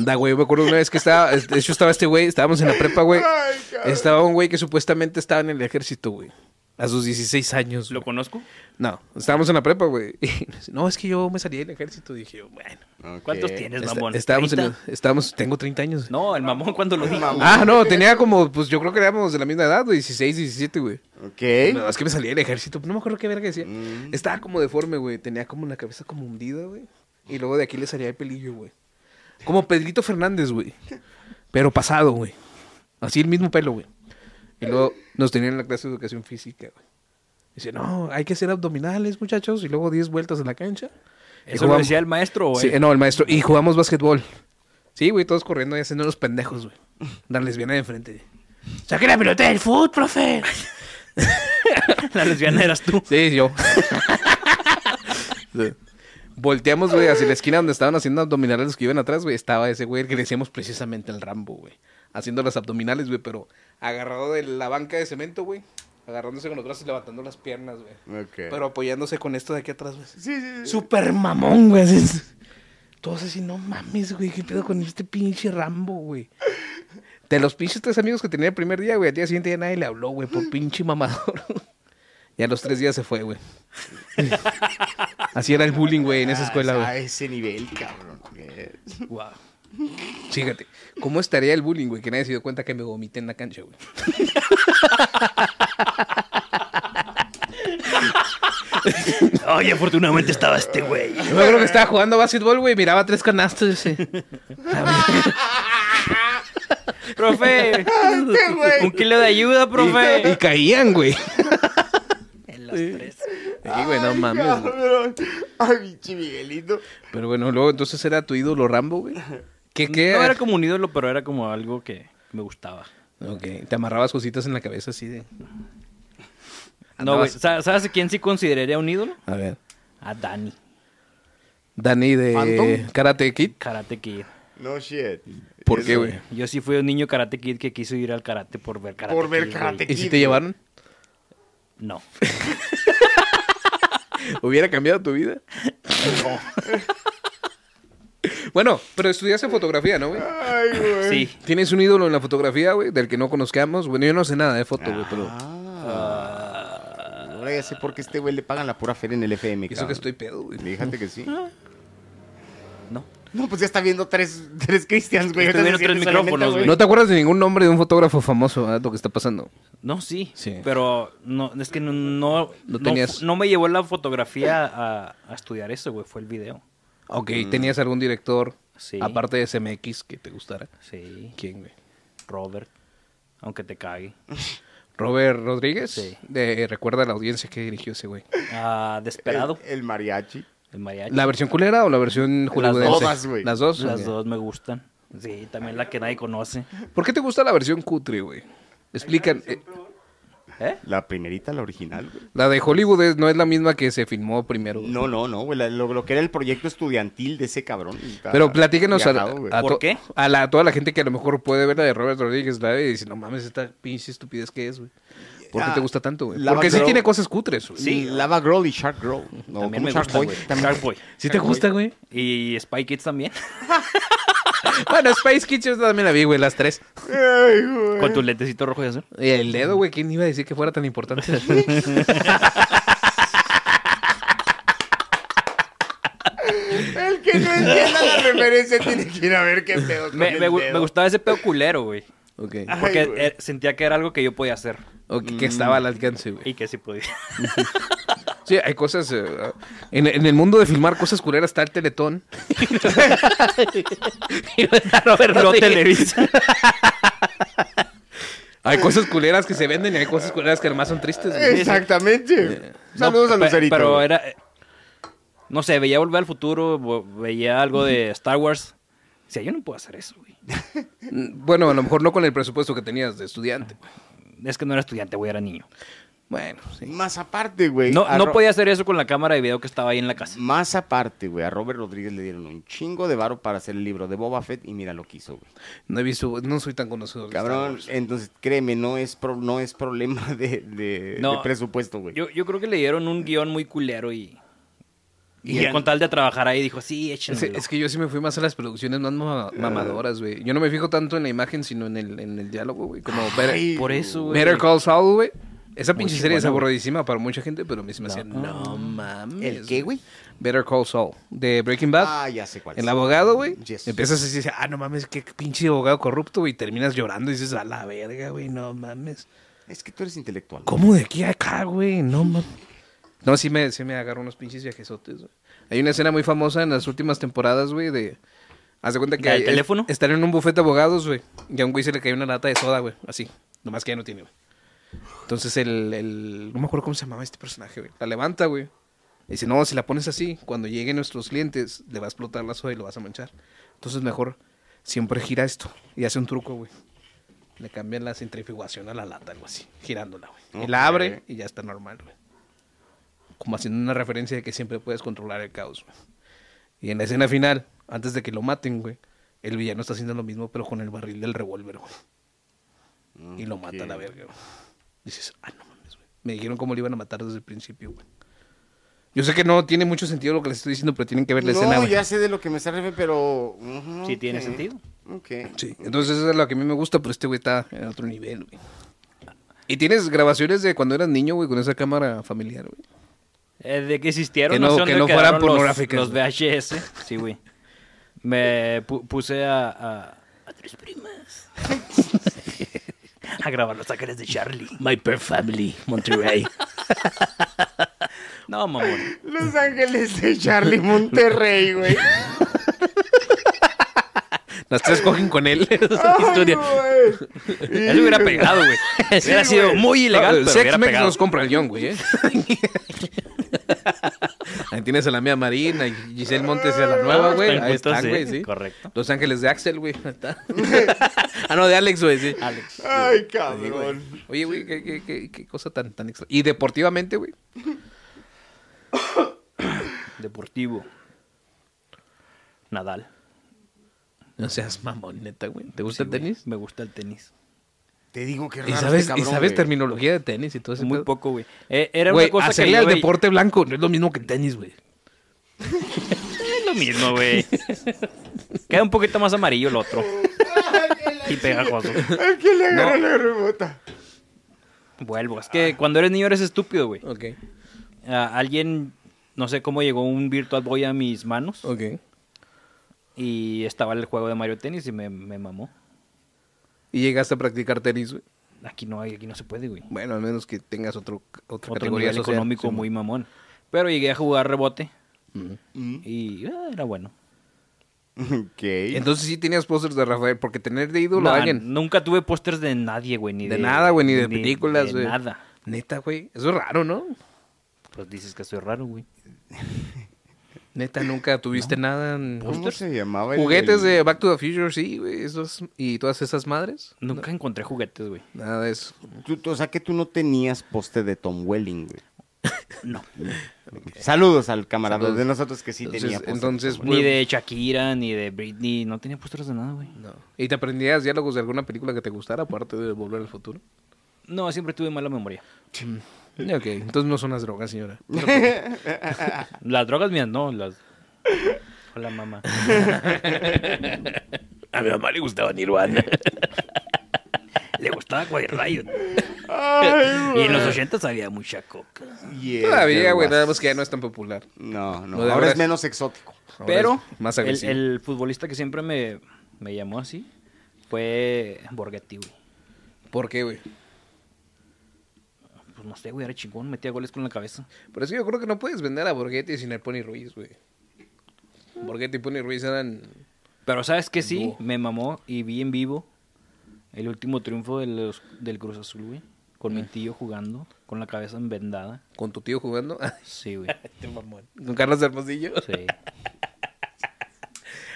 B: Da, güey, yo me acuerdo una vez que estaba, de hecho estaba este güey, estábamos en la prepa, güey.
A: Ay, cabrón.
B: Estaba un güey que supuestamente estaba en el ejército, güey. A sus 16 años.
E: ¿Lo
B: güey.
E: conozco?
B: No, estábamos en la prepa, güey. <laughs> Y nos- No, es que yo me salí del ejército. Dije, yo, bueno.
E: ¿Cuántos
A: Ok.
E: tienes,
B: Está-
E: mamón?
B: estábamos, en el-
E: ¿Treinta?
B: estábamos, tengo 30 años.
E: No, el mamón cuando lo dijo.
B: Ah, no, tenía como, pues yo creo que éramos de la misma edad, güey, 16, 17, güey.
H: ¿Eh?
A: Ok.
B: No, es que me salí del ejército, no me acuerdo qué verga decía.
H: Mm.
B: Estaba como deforme, güey, tenía como la cabeza como hundida, güey. Y luego de aquí le salía el pelillo, güey. Como Pedrito Fernández, güey. Pero pasado, güey. Así el mismo pelo, güey. Y luego nos tenían en la clase de educación física, güey. Dice, no, hay que hacer abdominales, muchachos, y luego 10 vueltas en la cancha. Y
E: ¿Eso lo
B: jugamos-
E: decía el <laughs> maestro, güey?
B: Sí, eh, no, el maestro. Y jugamos básquetbol. Sí, güey, todos corriendo y haciendo los pendejos, güey. Darles bien de enfrente.
H: Saqué la pelota del fútbol, profe.
E: La lesbiana eras tú.
B: Sí, yo. Sí. <laughs> Volteamos, güey, hacia la esquina donde estaban haciendo abdominales los que iban atrás, güey. Estaba ese güey el que le decíamos precisamente el Rambo, güey. Haciendo las abdominales, güey, pero agarrado de la banca de cemento, güey. Agarrándose con los brazos y levantando las piernas, güey.
A: Ok.
B: Pero apoyándose con esto de aquí atrás, güey.
A: Sí, sí, sí.
H: Super mamón, güey. así es.
B: Todos así, no mames, güey, qué pedo con este pinche Rambo, güey. De los pinches tres amigos que tenía el primer día, güey, al día siguiente ya nadie le habló, güey, por pinche mamador. <laughs> Y a los tres días se fue, güey. Así era el bullying, güey, en esa escuela,
A: A
B: güey.
A: Ah, ese nivel, cabrón. Eh,
E: Wow.
B: Fíjate, ¿cómo estaría el bullying, güey? Que nadie se dio cuenta que me vomité en la cancha, güey.
E: Ay, afortunadamente estaba este <laughs> güey.
A: <laughs>
B: Yo me acuerdo que estaba jugando básquetbol, güey, miraba tres canastas. ese.
E: Profe,
A: Este güey.
E: un kilo de
B: Y,
E: ayuda,
B: y
E: profe.
B: caían, güey.
E: En los tres.
B: Sí, güey, no mames, güey.
A: Cabrón. Ay, pinche Miguelito.
B: Pero bueno, luego entonces era tu ídolo Rambo, güey. ¿Qué, qué?
E: No era como un ídolo, pero era como algo que me gustaba.
B: Ok, te amarrabas cositas en la cabeza así de...
E: Ah, No, güey.
B: Andabas-
E: ¿Sa- ¿Sabes a quién sí consideraría un ídolo?
B: A ver.
E: A Dani,
B: Dani de
A: ¿Phantom?
B: Karate Kid.
E: Karate Kid.
A: No shit.
B: ¿Por
A: Es-
B: qué, güey?
E: Yo sí fui un niño Karate Kid que quiso ir al karate por ver Karate
A: Por ver
E: Kid,
A: Karate
E: güey.
B: ¿Y si te
A: güey.
B: llevaron?
E: No.
B: ¿Hubiera cambiado tu vida? <laughs> bueno, pero estudiaste fotografía, ¿no, güey?
A: <laughs> Ay, güey.
E: Sí.
B: Tienes un ídolo en la fotografía, güey, del que no conozcamos. Bueno, yo no sé nada de foto, güey, pero.
A: Ah. Ahora ya sé por qué este güey le pagan la pura feria en el FM.
B: Eso
A: cabrón.
B: que estoy Ah. pedo, güey.
A: Fíjate que sí.
E: No.
A: No, pues ya está viendo tres, tres Cristians, güey.
E: Estoy
A: Ahorita
E: viendo
A: se
E: tres
A: siente la
E: micrófonos,
A: neta,
E: güey.
B: No te acuerdas de ningún nombre de un fotógrafo famoso, ¿verdad? Lo que está pasando.
E: No, sí.
B: Sí.
E: Pero no, es que no, no,
B: No
E: no,
B: tenías-
E: no me llevó la fotografía a, a estudiar eso, güey. Fue el video.
B: Ok, ¿tenías algún director,
E: Mm. Sí.
B: aparte de SMX, que te gustara?
E: Sí.
B: ¿Quién, güey?
E: Robert. Aunque te cague.
B: ¿Robert Rodríguez?
E: Sí.
B: De- recuerda la audiencia que dirigió ese güey.
E: Ah, desperado.
A: El, el mariachi.
E: El mariachi.
B: ¿La versión culera o la versión hollywoodense?
A: todas, güey.
B: Pues, Las dos.
E: Las
B: Ok.
E: dos me gustan. Sí, también la que nadie conoce.
B: ¿Por qué te gusta la versión cutre, güey? Explican. eh,
E: ¿Eh?
A: La primerita, la original, güey.
B: la de Hollywood es- no es la misma que se filmó primero. güey.
A: No, no, no, güey. la- Lo, lo que era el proyecto estudiantil de ese cabrón. Está
B: Pero platíquenos a,
A: viajado, güey.
B: a
E: ¿Por
B: to-
E: qué?
B: a la- a toda la gente que a lo mejor puede ver la de Robert Rodríguez la ve y dice, no mames, esta pinche estupidez que es, güey. ¿Por qué
A: Ah,
B: te gusta tanto, güey?
A: la
B: Porque sí
A: Batgirl-
B: tiene cosas cutres, güey.
E: Sí.
A: Lava Girl y Shark Girl. No,
E: también
A: ¿cómo
E: me
A: Shark
E: gusta,
A: Boy?
E: güey.
A: También.
E: Shark Boy.
B: ¿Sí te gusta,
E: <laughs>
B: güey?
E: Y Spy Kids también.
B: bueno, Space Kids yo también la vi, güey, las tres.
E: Con tu lentecito rojo y azul.
B: Y el dedo, güey, ¿quién iba a decir que fuera tan importante?
A: El que no entienda la referencia tiene que ir a ver qué pedo. con
E: Me,
A: el
E: me gu-
A: dedo.
E: me gustaba ese pedo culero, güey.
B: ok.
A: Ay,
E: Porque
A: güey.
E: eh, sentía que era algo que yo podía hacer.
B: O que, que estaba al alcance, güey.
E: Y que sí podía. <laughs>
B: Sí, hay cosas. eh, en, en el mundo de filmar cosas culeras está el teletón.
E: Pero Televisa.
B: Hay cosas culeras que se venden y hay cosas culeras que además son tristes. güey.
A: <laughs>
B: Eh,
A: Exactamente. Saludos
E: No,
A: a
E: pe-
A: Lucerito.
E: Pero
A: güey.
E: era. eh, No sé, veía Volver al Futuro, vo- veía algo de Star Wars. Decía, yo no puedo hacer eso, güey.
B: Mm, Bueno, a lo mejor no con el presupuesto que tenías de estudiante.
E: Es que no era estudiante, güey, era niño.
B: Bueno, sí.
A: Más aparte, güey.
E: No,
A: a
E: no
A: Ro-
E: podía hacer eso con la cámara de video que estaba ahí en la casa.
A: Más aparte, güey. A Robert Rodríguez le dieron un chingo de varo para hacer el libro de Boba Fett y mira lo que hizo, güey.
B: No he visto, no soy tan conocido. de
A: Cabrón,
B: Star Wars.
A: entonces créeme, no es, pro- no es problema de, de-
E: No.
A: de presupuesto, güey.
E: Yo, yo creo que le dieron un guión muy culero y. Y,
A: Y
E: él
A: an-
E: con tal de trabajar ahí dijo, sí, échenlo.
B: Es, es que yo sí me Ah. fui más a las producciones más ma- mamadoras, güey. Yo no me fijo tanto en la imagen, sino en el, en el diálogo, güey. Como
A: Ay,
B: Better,
E: Por eso, güey.
B: Better Call Saul, güey. Esa pinche
E: Muy
B: serie es
E: chingona, güey.
B: aburridísima para mucha gente, pero a mí se me hacía, no mames.
A: ¿El qué, güey?
B: Better Call Saul, de Breaking Bad.
A: Ah, ya sé cuál es.
B: El abogado, güey.
A: Yes.
B: Empiezas a decir, ah, no mames, qué pinche abogado corrupto, güey. y Terminas llorando y dices, a la verga, güey, no mames.
A: Es que tú eres intelectual.
B: ¿Cómo de aquí a acá, güey? No mames. No, sí me, sí me agarró unos pinches viajesotes, güey. Hay una escena muy famosa en las últimas temporadas, güey, de... Haz de cuenta que...
E: ¿La del
B: es-
E: teléfono?
B: Están en un bufete de abogados, güey. Y a un güey se le cae una lata de soda, güey. Así. Nomás que ya no tiene, güey. Entonces el, el... No me acuerdo cómo se llamaba este personaje, güey. La levanta, güey. Y dice, no, si la pones así, cuando lleguen nuestros clientes, le va a explotar la soda y lo vas a manchar. Entonces mejor siempre gira esto. Y hace un truco, güey. Le cambian la centrifugación a la lata, algo así, girándola, güey. Y la
A: Ok.
B: abre y ya está normal, güey. Como haciendo una referencia de que siempre puedes controlar el caos, güey. Y en la escena final, antes de que lo maten, güey, el villano está haciendo lo mismo, pero con el barril del revólver, güey.
A: Mm.
B: Y lo mata a la verga, güey. Dices, ah, no mames, güey. Me dijeron cómo lo iban a matar desde el principio, güey. Yo sé que no tiene mucho sentido lo que les estoy diciendo, pero tienen que ver la escena,
A: No,
B: güey.
A: ya sé de lo que me está refiriendo, pero... ujú,
E: Sí, tiene
A: ok.
E: sentido.
A: Ok.
B: Sí, entonces eso es lo que a mí me gusta, pero este güey está en otro nivel, güey. Y tienes grabaciones de cuando eras niño, güey, con esa cámara familiar, güey.
E: Eh, de que existieron,
B: Que no-
E: sé dónde
B: que no fueran
E: quedaron los-
B: pornográficas,
E: Los,
B: güey.
E: VHS, sí, güey. Me pu- puse a, a, a tres primas <laughs> a grabar los ángeles de Charlie.
H: My Per Family, Monterrey.
E: <laughs> No, mamón.
A: Los Ángeles de Charlie
B: <laughs>
A: Monterrey, güey.
B: Las tres cogen con <laughs> él.
A: Ay,
H: Historia.
A: güey.
E: Eso hubiera pegado, güey. Hubiera sido muy ilegal,
B: Ah, El
E: pero
B: Sex
E: hubiera
B: Mex
E: pegado.
B: nos compra el guión, güey, ¿eh? <laughs> Ahí tienes a la mía Marina y Giselle Montes y a la nueva, güey. Ahí
E: Están
B: Ah, están, ¿eh?
E: juntos,
B: güey,
E: sí,
B: sí.
E: correcto.
B: Los Ángeles de Axel, güey. ahí <laughs> está. ah, no, de Alex, güey, sí. Alex.
A: Ay,
B: Sí, güey.
A: cabrón.
B: Oye, güey, ¿qué, qué, qué, qué cosa tan, tan extra. Y deportivamente, güey.
E: Deportivo. Nadal.
B: No seas mamón, neta, güey. Ah, ¿Te gusta el tenis?
E: Me gusta el tenis.
A: Te digo que raro.
B: ¿Y
A: este
B: sabes,
A: cabrón,
B: y sabes
A: güey.
B: terminología de tenis y todo eso?
E: Muy poco, güey. Eh, era
B: güey,
E: una cosa que
B: hacerle
E: yo
B: al
E: veía-
B: deporte blanco no es lo mismo que el tenis, güey.
E: Es lo mismo, güey. Queda un poquito más amarillo el otro. Y pegajoso.
A: Ay, ¿Quién le agarró la remota?
E: Vuelvo. Es que cuando eres niño eres estúpido, güey.
B: Ok,
E: Ah, alguien, no sé cómo llegó un Virtual Boy a mis manos.
B: ok.
E: Y estaba el juego de Mario Tennis y me, me mamó.
B: ¿Y llegaste a practicar tenis, güey?
E: Aquí no hay, aquí no se puede, güey.
B: Bueno, al menos que tengas otro, otra
E: Otro
B: categoría
E: nivel
B: social.
E: económico
B: Sí,
E: muy mamón. Pero llegué a jugar rebote. Y ah, era bueno.
A: <laughs> Ok.
B: Entonces sí tenías pósters de Rafael, porque tener de ídolo a
E: No,
B: alguien.
E: nunca tuve pósters de nadie, güey. Ni
B: de,
E: de,
B: nada, güey, ni de
E: de
B: películas, güey.
E: nada.
B: Neta, güey. Eso es raro, ¿no?
E: Pues dices que soy raro, güey.
B: Neta, nunca tuviste nada. en-
A: ¿Cómo se llamaba? el-
B: Juguetes
A: el-
B: de Back to the Future, sí, güey. Esos, y todas esas madres.
E: Nunca encontré juguetes, güey.
B: Nada de eso.
A: Tú- tú- o sea que tú no tenías poste de Tom Welling, güey.
E: No.
A: Saludos al camarada
B: Saludos.
A: de nosotros que sí
B: entonces,
A: tenía poste.
B: entonces
E: <laughs> Ni
B: güey,
E: de Shakira, ni de Britney. No tenía pósters de nada, güey.
B: no. ¿Y te aprendías diálogos de alguna película que te gustara, aparte de Volver al Futuro?
E: No, siempre tuve mala memoria.
A: Mm.
B: Ok, entonces no son las drogas, señora.
E: Las drogas mías, no. Las... Hola, mamá.
H: A mi mamá le gustaba Nirvana.
E: <laughs> Le gustaba White Riot.
A: Ay,
E: <laughs> Y en los 80 había mucha coca.
A: yes,
B: Todavía,
A: there
B: güey,
A: was.
B: nada más que ya no es tan popular.
A: No,
B: Lo
A: no.
B: de
A: ahora
B: ahora
A: es
B: es-
A: menos exótico. <laughs>
B: Ahora
E: Pero
B: es más
E: el,
B: agresivo.
E: el futbolista que siempre me, me llamó así fue Borghetti, güey.
B: ¿Por qué, güey?
E: Pues no sé, güey, era chingón, metía goles con la cabeza.
B: Pero es que yo creo que no puedes vender a Borghetti sin el Pony Ruiz, güey. Borghetti y Pony Ruiz eran...
E: Pero sabes que sí,
B: Dúo.
E: me mamó y vi en vivo el último triunfo de los- del Cruz Azul, güey. Con
B: Eh.
E: mi tío jugando, con la cabeza envendada.
B: Con tu tío jugando. <laughs>
E: Sí, güey.
B: Con Carlos Hermosillo. <laughs>
E: Sí.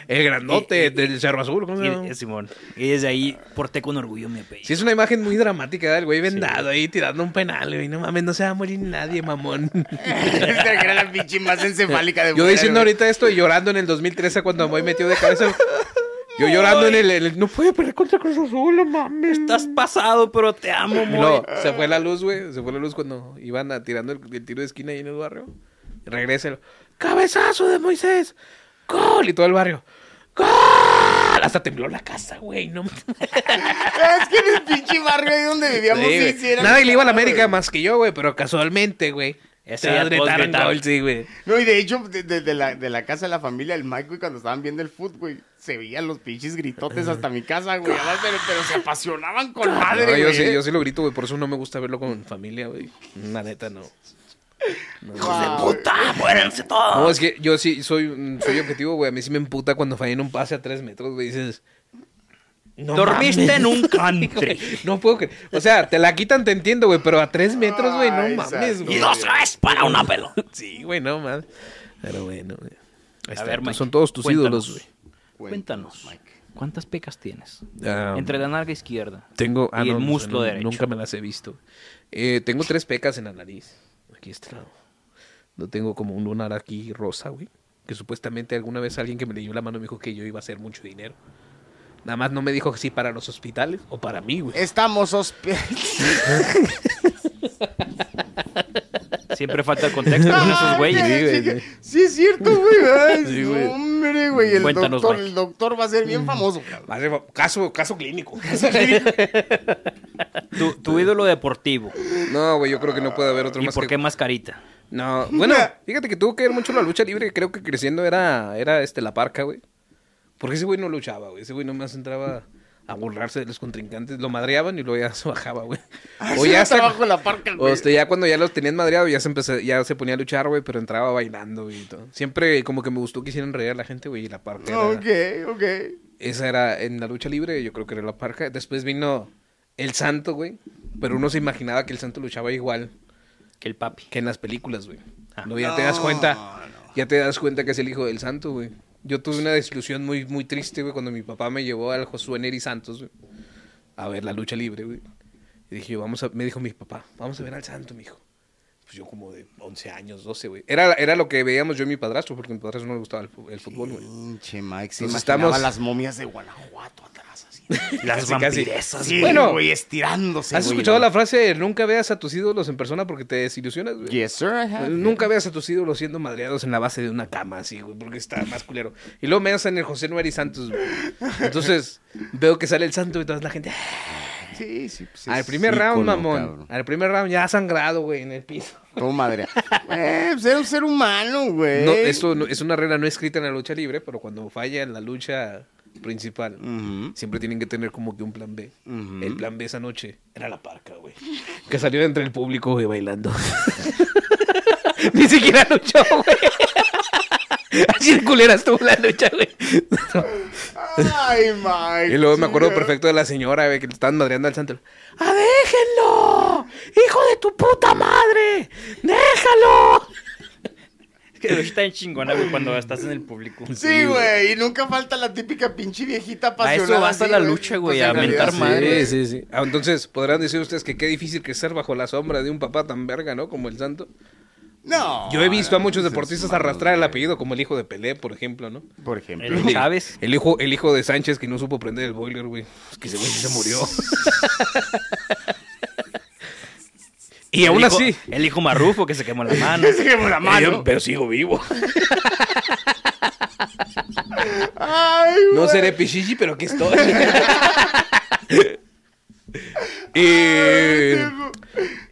B: El grandote del Cerro Azul. ¿cómo se llama?
E: Y, eh, Simón. Y desde ahí porté con orgullo mi apellido.
B: Sí, es una imagen muy dramática del güey vendado ahí tirando un penal, güey. No mames, no se va a morir nadie, mamón.
A: Esta era la pinche más encefálica de
B: Yo
A: mujer,
B: diciendo
A: güey.
B: ahorita esto y llorando en el 2013 cuando Moy metió de
E: <laughs>
B: cabeza. Yo llorando en el, en el- No puede pelear contra Cruz Azul, no mames.
E: Estás pasado, pero te amo,
B: Y
E: Moy.
B: luego, se fue la luz, güey. Se fue la luz cuando iban a, tirando el, el tiro de esquina ahí en el barrio. Regresa el cabezazo de Moisés. ¡Gol! Y todo el barrio. ¡Gol! Hasta tembló la casa, güey. No
A: Es que en el pinche barrio ahí donde vivíamos
B: Sí, güey.
A: sí, sí era
B: Nadie
A: mi
B: le iba a la
A: casa,
B: América
A: güey.
B: más que yo, güey, pero casualmente, güey.
E: Ese
B: Te
E: ya todos
B: gritaron
E: gritaban.
B: gol, sí, güey.
A: No, y de hecho, de, de- de la, de la casa de la familia del Mike, güey, cuando estaban viendo el fútbol, güey, se veían los pinches gritotes hasta mi casa, güey. Además, pero, pero se apasionaban con madre,
B: No, yo,
A: güey.
E: ¿eh?
B: sí, yo sí lo grito, güey, por eso no me gusta verlo con familia, güey. La neta, no.
A: Wow.
B: No, es que yo sí soy, mm, soy objetivo, güey. A mí sí me emputa cuando fallan un pase a tres metros, güey. Dices, no
E: Dormiste
B: mames.
E: en
B: <laughs>
E: un country.
B: No puedo creer. O sea, te la quitan, te entiendo, güey, pero a
E: Ah,
B: tres metros, güey, no
A: Ay,
B: mames,
A: santo
B: güey.
A: Dios.
E: es para una pelota.
B: Sí, güey, no mames. Pero bueno, güey. Ahí está,
E: ver,
B: pues,
E: Mike,
B: son todos tus
E: cuéntanos.
B: ídolos, güey.
E: Cuéntanos.
A: Mike.
E: ¿Cuántas pecas tienes?
B: Ah,
E: Entre la narga izquierda.
B: Tengo. ah,
E: y el
B: no, no sé,
E: muslo
B: no,
E: derecho.
B: Nunca me las he visto. Eh, tengo tres pecas en la nariz. Aquí está. No tengo como un lunar aquí rosa, güey. Que supuestamente alguna vez alguien que me leyó la mano me dijo que yo iba a hacer mucho dinero. Nada más no me dijo que sí para los hospitales o para mí, güey. <laughs>
A: Estamos hospi-
E: Siempre falta el contexto
A: <laughs>
E: con esos
A: Ay,
E: güeyes.
A: güey, sí, sí es cierto,
B: <laughs>
A: güey. Ay, hombre, güey. El
E: Cuéntanos,
A: doctor,
E: Mike.
A: el doctor va a ser
B: Mm.
A: bien famoso, cabrón.
B: Hace fa- Caso, caso clínico. <laughs>
E: Tu, tu ídolo deportivo.
B: No, güey, yo creo que no puede haber otro
E: ¿Y
B: más
E: por
B: que-
E: qué mascarita?
B: No,
A: <laughs>
B: bueno, fíjate que tuvo que ver mucho la lucha libre. Creo que creciendo era, era este, la parca, güey. Porque ese güey no luchaba, güey. Ese güey nomás entraba a burlarse de los contrincantes. Lo madreaban y luego ya <laughs> se bajaba, güey. O
A: Ah, Sí,
B: ya
A: está
B: hasta-
A: bajo la parca,
B: o <laughs>
A: güey.
B: hasta ya cuando ya los tenían madreado ya se empezó, ya se ponía a luchar, güey, pero entraba bailando, güey, y todo. Siempre como que me gustó que hicieran reír a la gente, güey, y la parca era-
A: Ok, ok.
B: Esa era en la lucha libre, yo creo que era la parca. Después vino el santo, güey. Pero uno se imaginaba que el santo luchaba igual
E: Que el papi.
B: que en las películas, güey. No, ya te das cuenta. Ya te das cuenta que es el hijo del santo, güey. Yo tuve una desilusión muy, muy triste, güey, cuando mi papá me llevó al Josué Neri Santos, güey, a ver la lucha libre, güey. Y dije yo, vamos a, me dijo mi papá, vamos a ver al santo, mi hijo. Pues yo como de 11 años, 12, güey. Era, era lo que veíamos yo y mi padrastro, porque a mi padrastro no le gustaba el, fu- el fútbol, güey.
A: Pinche Mike, se
B: Entonces
A: imaginaba
B: estamos-
A: las momias de Guanajuato atrás así.
B: <laughs> Las Casi, casi. vampiresas,
A: Sí,
B: Bueno.
A: güey, estirándose,
B: ¿Has
A: güey,
B: escuchado
A: ¿no?
B: la frase de nunca veas a tus ídolos en persona porque te desilusionas, güey?
A: Yes, sir, I have.
B: Pues, Nunca veas a tus ídolos siendo madreados en la base de una cama, así, güey, porque está más culero. Y luego me hacen el José Nueri Santos, güey.
A: <laughs>
B: Entonces, veo que sale el santo y toda la gente. "Ah".
A: Sí, sí, pues
B: Al
A: es
B: primer round,
A: ícono,
B: mamón.
A: cabrón.
B: Al primer round ya sangrado, güey, en el piso.
A: Todo madre. Eh, pues era un ser humano, güey.
B: No, esto no- es una regla no escrita en la lucha libre, pero cuando falla en la lucha principal,
A: Ujú.
B: siempre tienen que tener como que un plan B.
A: Ujú.
B: El plan B esa noche era la parca, güey. Que salió de entre el público, güey, bailando. <laughs> Ni siquiera luchó, güey. Así de culera estuvo la lucha, güey.
A: Ay, Mike.
B: Y luego me acuerdo perfecto de la señora, güey, que le estaban madreando al santo.
G: ¡Ah, déjenlo! ¡Hijo de tu puta madre! ¡Déjalo!
C: Es que está en chingona, güey, cuando estás en el público.
A: Sí, güey. Y nunca falta la típica pinche viejita
C: A
A: apasionada.
C: eso vas a
A: así,
C: la lucha, güey,
A: Pues,
C: a
A: en realidad,
C: mentar
A: sí.
C: madre.
B: Sí, sí, sí. Ah, Entonces, podrán decir ustedes que qué difícil crecer bajo la sombra de un papá tan verga, ¿no? Como el santo.
A: No.
B: Yo he visto a muchos
A: seres
B: deportistas
A: humanos,
B: arrastrar el
A: güey.
B: apellido, como el hijo de Pelé, por ejemplo, ¿no?
A: Por ejemplo.
C: El Chávez.
B: El hijo, el hijo de Sánchez que no supo prender el boiler, güey. Es que ese güey sí se murió. y aún
C: El hijo-
B: así.
C: El hijo marrufo que se quemó la mano.
A: Sí, por la
H: Yo,
A: mano.
H: pero sigo vivo.
A: Ay, güey.
B: No seré pichichi, pero aquí <laughs> estoy. y,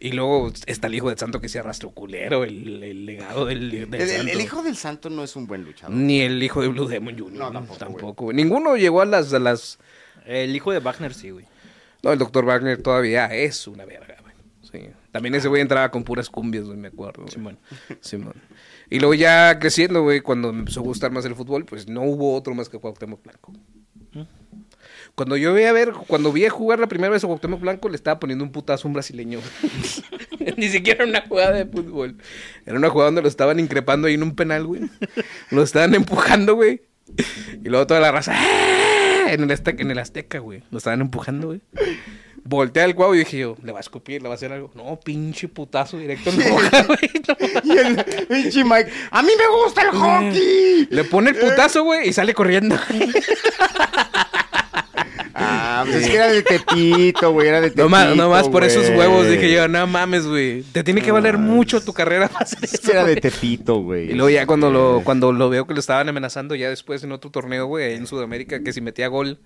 B: y luego está el hijo del santo que se arrastró culero, el, el legado del, del
A: El, el-
B: santo.
A: el hijo del santo no es un buen luchador.
B: Ni el hijo de Blue Demon Jr.
A: No,
B: No,
A: tampoco,
B: tampoco. güey. Ninguno llegó a las, a las.
C: El hijo de Wagner, sí, güey.
B: No, el doctor Wagner todavía es una verga, güey. Sí. También ese güey entraba con puras cumbias, güey, me acuerdo. güey.
C: Simón.
B: Simón. Y luego ya creciendo, güey, cuando me empezó a gustar más el fútbol, pues no hubo otro más que Cuauhtémoc Blanco. Cuando yo vi a ver, cuando vi a jugar la primera vez a Cuauhtémoc Blanco, le estaba poniendo un putazo a un brasileño. güey. <laughs> Ni siquiera era una jugada de fútbol. Era una jugada donde lo estaban increpando ahí en un penal, güey. Lo estaban empujando, güey. Y luego toda la raza. ¡ah! En el Azteca, en el Azteca, güey. Lo estaban empujando, güey. Voltea el cuau y dije yo, le va a escupir, le va a hacer algo. No, pinche putazo directo en la boca, <laughs> güey. No.
A: Y el pinche Mike. ¡A mí me gusta el hockey!
B: Le pone el putazo, güey, y sale corriendo.
A: Ah, pues es que era de Tepito, güey. Era de Tepito.
B: No más, no más por esos
A: güey.
B: huevos dije yo, no mames, güey. Te tiene que valer mucho tu carrera para hacer
A: Es
B: eso,
A: que era de
B: güey".
A: Tepito, güey.
B: Y luego ya cuando lo, cuando lo veo que lo estaban amenazando ya después en otro torneo, güey, en Sudamérica, que si metía gol,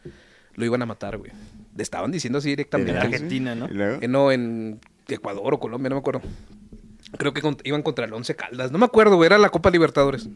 B: lo iban a matar, güey. Le estaban diciendo así
C: En
B: directamente. güey.
C: Argentina, ¿no?
A: ¿Y luego?
B: Eh, no, en Ecuador o Colombia, no me acuerdo. Creo que cont- iban contra el Once Caldas. No me acuerdo, güey, era la Copa Libertadores.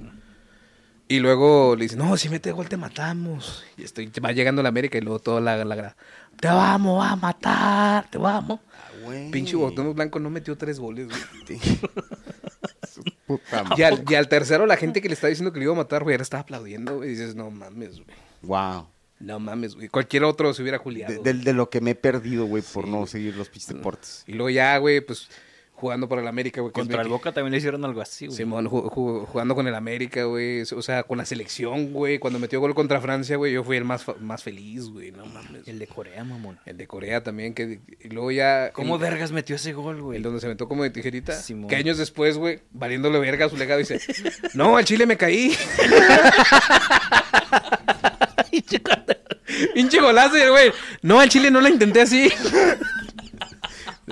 B: Y luego le dicen, no, si mete gol te matamos. Y estoy, va llegando la América y luego toda la, la gra- Te vamos a matar, te vamos.
A: Güey.
B: Pinche Botón Blanco no metió tres goles, güey. <laughs>
A: Puta
B: Y
A: madre.
B: al, y al tercero, la gente que le estaba diciendo que le iba a matar, güey, ahora estaba aplaudiendo, güey. Y dices, no mames, güey.
A: Wow.
B: No mames, güey. Cualquier otro se hubiera juliado.
A: De,
B: güey.
A: de- de lo que me he perdido, güey, por no seguir los pinches deportes.
B: Y luego ya, güey, pues jugando para el América, güey. que es mi
C: Contra el
B: equipo.
C: Boca también le hicieron algo así, güey.
B: Simón, ju- ju- jugando con el América, güey. O sea, con la selección, güey. Cuando metió gol contra Francia, güey, yo fui el más, fa- más feliz, güey. No mames.
C: El de Corea, mamón.
B: El de Corea también, que y luego ya.
C: ¿Cómo
B: el,
C: vergas metió ese gol, güey?
B: El donde se aventó como de tijerita.
C: Simón.
B: Que años después, güey, valiéndole verga a su legado, dice: <laughs> No, al Chile
C: <laughs>
B: me caí. Pinche golazo, y el güey. No, al Chile no la
C: <laughs>
B: intenté así.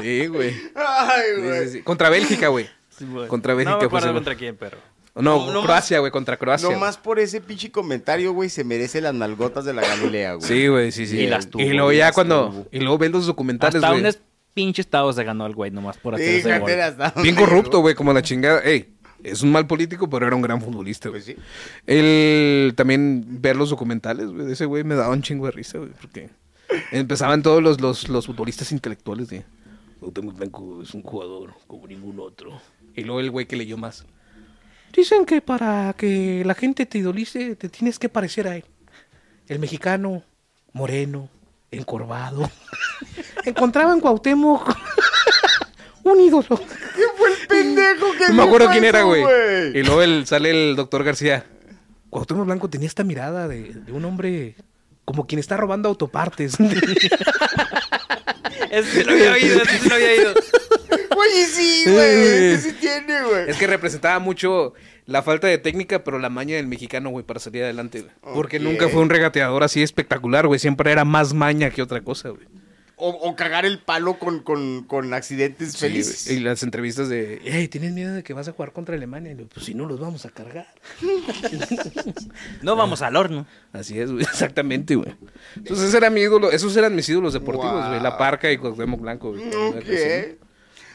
B: sí, güey.
A: Ay,
B: Sí, sí, sí. Contra Bélgica, güey.
C: Sí, güey.
B: Contra
C: No me
B: Bélgica, pues,
C: acuerdo
B: güey.
C: contra quién, pero.
B: No,
A: No, no
B: Croacia, güey, contra Croacia. güey.
A: Nomás por ese pinche comentario, güey, se merece las nalgotas de la Galilea, güey.
B: Sí, güey, sí, sí.
A: Y las tuvo,
B: Y luego
A: y
B: ya
A: las
B: cuando.
A: tuvo.
B: Y luego ves los documentales,
C: Hasta
B: güey.
C: un pinche estado se ganó el güey, nomás por hacer ese gol.
A: Fíjate hasta dónde
B: Bien
A: llegó. <laughs>
B: corrupto, güey, como la chingada. Ey, es un mal político, pero era un gran futbolista, güey.
A: Pues sí.
B: El también ver los documentales, güey, de ese güey me daba un chingo de risa, güey, porque empezaban todos los, los, los futbolistas intelectuales de
H: Cuauhtémoc Blanco es un jugador como ningún otro.
B: y luego el güey que leyó más.
G: Dicen que para que la gente te idolice, te tienes que parecer a él. El mexicano, moreno,
B: <laughs>
G: encorvado. Encontraba en Cuauhtémoc <laughs> un ídolo.
A: ¿Qué fue el pendejo? pendejo que
B: <laughs> No me acuerdo quién
A: dijo
B: era,
A: eso,
B: güey. Y luego él- sale el doctor García. Cuauhtémoc Blanco tenía esta mirada de, de un hombre como quien está robando <laughs> autopartes.
C: Este
A: <laughs>
C: lo había oído, este lo había oído.
A: Güey, y sí, güey. Este sí tiene,
B: <laughs>
A: güey.
B: es que representaba mucho la falta de técnica, pero la maña del mexicano, güey, para salir adelante, güey. Porque
A: Ok.
B: nunca fue un regateador así espectacular, güey. Siempre era más maña que otra cosa, güey.
A: O, o cagar el palo con, con, con accidentes felices.
B: Y las entrevistas de, hey, ¿tienes miedo de que vas a jugar contra Alemania? Y le digo,
G: Pues si no los vamos a cargar.
E: No vamos al horno.
B: Así es, güey, <laughs> exactamente, güey. Entonces ese era mi ídolo, esos eran mis ídolos deportivos, güey. La Parca y Cuauhtémoc Blanco, güey. cuando era
A: Mm, Ok.
B: recién.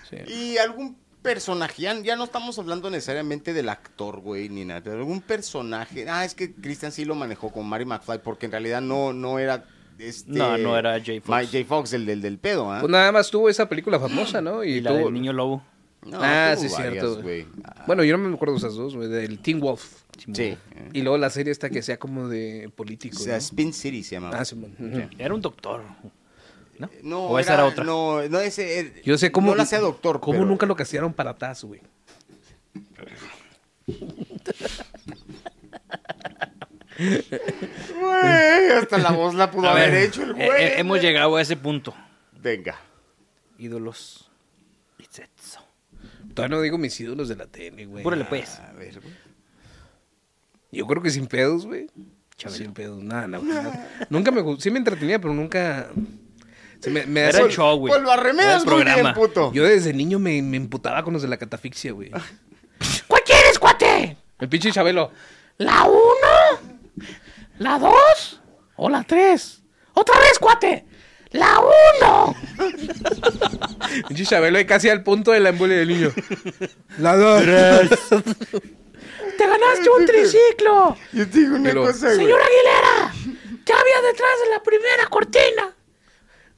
B: Sí.
A: Y algún personaje, ya, ya no estamos hablando necesariamente del actor, güey, ni nada, pero algún personaje. Ah, es que Christian sí lo manejó con Mary McFly, porque en realidad no, no era. Este,
E: No, no era Jay Fox.
A: Ma- Jay Fox, el del, del pedo, ¿ah?
B: Pues nada más tuvo esa película famosa, ¿no?
E: Y, la
B: tuvo-
E: del niño lobo.
A: No,
B: ah,
A: tuvo
B: sí, es
A: varias,
B: cierto, güey.
A: güey.
B: Bueno, yo no me acuerdo de esas dos, güey, del Teen Wolf.
A: Sí. eh,
B: Y luego la serie esta que sea como de político,
A: O sea,
B: ¿no?
A: Spin City se llamaba.
B: Ah, Simón. Ujú.
E: Era un doctor. ¿No?
A: No,
E: o esa era, otra.
A: No, no, ese. eh,
B: Yo sé cómo...
A: No la hacía doctor.
B: ¿Cómo
A: pero-
B: nunca lo castearon para Taz, güey?
A: <laughs> Güey, hasta la voz la pudo
E: A
A: haber
E: ver,
A: hecho el
E: eh,
A: güey.
E: eh, hemos llegado a ese punto.
A: Venga.
E: Ídolos. y sexo.
B: Todavía no digo mis ídolos de la tele, güey.
E: Púrale, pues.
A: A ver, güey.
B: Yo creo que sin pedos, güey. Sin pedos, nada, no, no. Nunca me gustó. Sí me entretenía, pero nunca. se me, me
E: Era
B: hace-
E: el show, güey.
A: Pues lo arremedas
E: Era el
A: muy bien,
E: programa.
A: puto.
B: Yo desde niño me, me emputaba con los de la catafixia, güey.
H: ¿Cuál quieres, cuate?
B: El pinche Chabelo.
H: ¿La uno? ¿La dos? ¿O la tres? ¡Otra vez, cuate! ¡La uno!
B: El pinche Chabelo ahí casi al punto de la embolia del niño. La dos.
H: ¡Te ganaste un triciclo!
A: Yo te digo una
B: Pero-
A: cosa, güey.
H: ¡Señor Aguilera! ¿Qué había detrás de la primera cortina?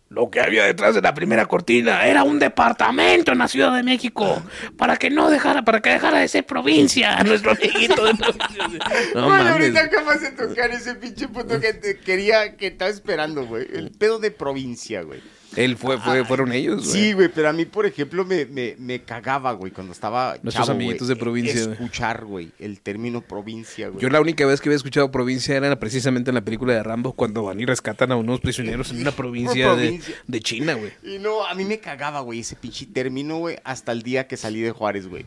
H: Lo que había detrás de la primera cortina era un departamento en la Ciudad de México para que no dejara, para que dejara de ser provincia <laughs> nuestro amiguito de provincia.
B: No
A: Güey,
B: mames.
A: ahorita acabas de tocar ese pinche puto que te quería, que estaba esperando, güey. El pedo de provincia, güey.
B: Él fue,
H: Ah,
B: fue, fueron ellos, Pues, güey.
A: Sí, güey, pero a mí, por ejemplo, me, me, me cagaba, güey, cuando estaba
B: Nuestros
A: chavo,
B: amiguitos
A: güey,
B: de provincia, güey.
A: Escuchar, güey, el término provincia, güey.
B: Yo la única vez que había escuchado provincia era precisamente en la película de Rambo cuando van y rescatan a unos prisioneros en una provincia de,
A: Provincia.
B: de China, güey.
A: Y no, a mí me cagaba, güey, ese pinche término, güey, hasta el día que salí de Juárez, güey.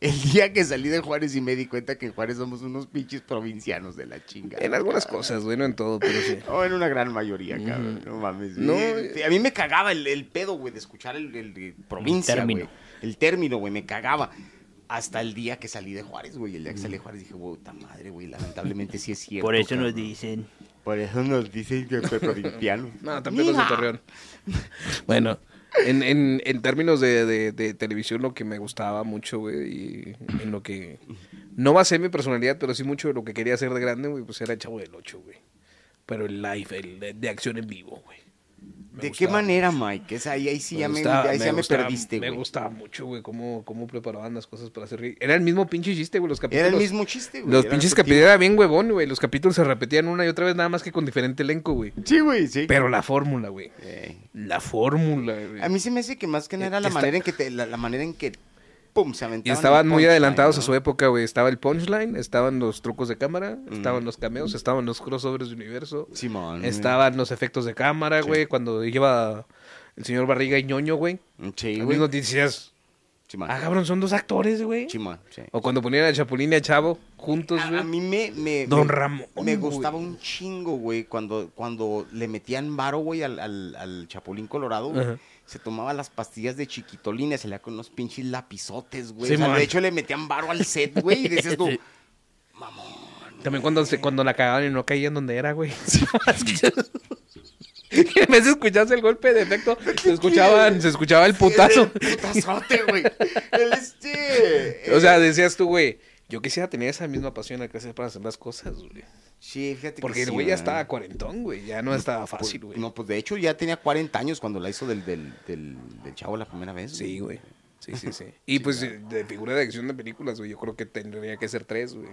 A: El día que salí de Juárez y me di cuenta que en Juárez somos unos pinches provincianos de la chinga.
B: En algunas cosas, güey, no en todo, pero sí.
A: O en una gran mayoría, cabrón. No mames.
B: No,
E: eh.
A: güey. Sí, a mí me cagaba el, el pedo, güey, de escuchar el, el- el provincia,
E: término.
A: güey. El término, güey, me cagaba. Hasta el día que salí de Juárez, güey. El día que salí de Juárez dije, güey, puta madre, güey, lamentablemente sí es cierto.
E: Por eso nos
A: cabrón.
E: dicen.
A: Por eso nos dicen que fue provinciano.
B: <laughs> No, tampoco es de Torreón. Bueno, en, en, en términos de, de- de televisión, lo que me gustaba mucho, güey, y en lo que. No basé mi personalidad, pero sí mucho de lo que quería hacer de grande, güey, pues era el Chavo del 8, güey. Pero el live, el de, de acción en vivo, güey.
A: ¿De qué manera, Mike? Es ahí, ahí sí ya me,
B: gustaba,
A: ahí sí ya me
B: gustaba-
A: perdiste,
B: Me
A: güey.
B: gustaba mucho, güey, cómo, cómo preparaban las cosas para hacer reír. Era el mismo pinche chiste, güey, los capítulos.
A: Era el mismo chiste, güey.
B: Los
A: era
B: pinches capítulos
A: repetido.
B: era bien huevón, güey. Los capítulos se repetían una y otra vez, nada más que con diferente elenco, güey.
A: Sí, güey, sí.
B: Pero la fórmula, güey.
A: Eh.
B: La fórmula, güey.
A: A mí se me hace que más que nada era la
B: Esta-
A: manera en que te- la, la manera en que pum se aventaban.
B: Y estaban
A: el
B: muy
A: punchline,
B: adelantados a
A: ¿no?
B: su época, güey. Estaba el punchline, estaban los trucos de cámara, estaban los cameos, estaban los crossovers de universo,
A: Mm. Simón.
B: estaban los efectos de cámara, güey. Cuando lleva el señor Barriga y ñoño, güey.
A: Sí,
B: Al
A: güey.
B: mismo tiempo decías,
A: Simón.
B: ah, cabrón, son dos actores, güey.
A: Simón, sí.
B: O cuando ponían a Chapulín y a Chavo juntos,
A: A, a
B: güey.
A: mí me, me
B: Don
A: me-
B: Ramón, güey.
A: me gustaba un chingo, güey, cuando cuando le metían varo, güey, al, al, al Chapulín Colorado, güey.
B: Ajá.
A: se tomaba las pastillas de chiquitolina, se le con unos pinches lapizotes, güey.
B: Sí,
A: O sea,
B: man.
A: de hecho le metían varo al set, güey, y decías tú,
B: También cuando, se- cuando la cagaban y no caían donde era, güey. <laughs> Y en vez de escucharse el golpe de efecto,
A: <laughs>
B: se escuchaban, se escuchaba el putazo.
A: El putazote, güey. El este.
B: O sea, decías tú, güey, yo quisiera tener esa misma pasión al crecer para hacer las cosas, güey.
A: Sí, fíjate que
B: Porque el
A: sí,
B: güey ya
A: ¿verdad?
B: estaba cuarentón, güey. Ya no estaba fácil, güey.
A: No, pues de hecho ya tenía 40 años cuando la hizo del, del, del, del chavo la primera vez.
B: Sí, güey. Sí, sí,
A: <laughs>
B: sí. Y pues de figura de acción de películas, güey, yo creo que tendría que ser tres, güey.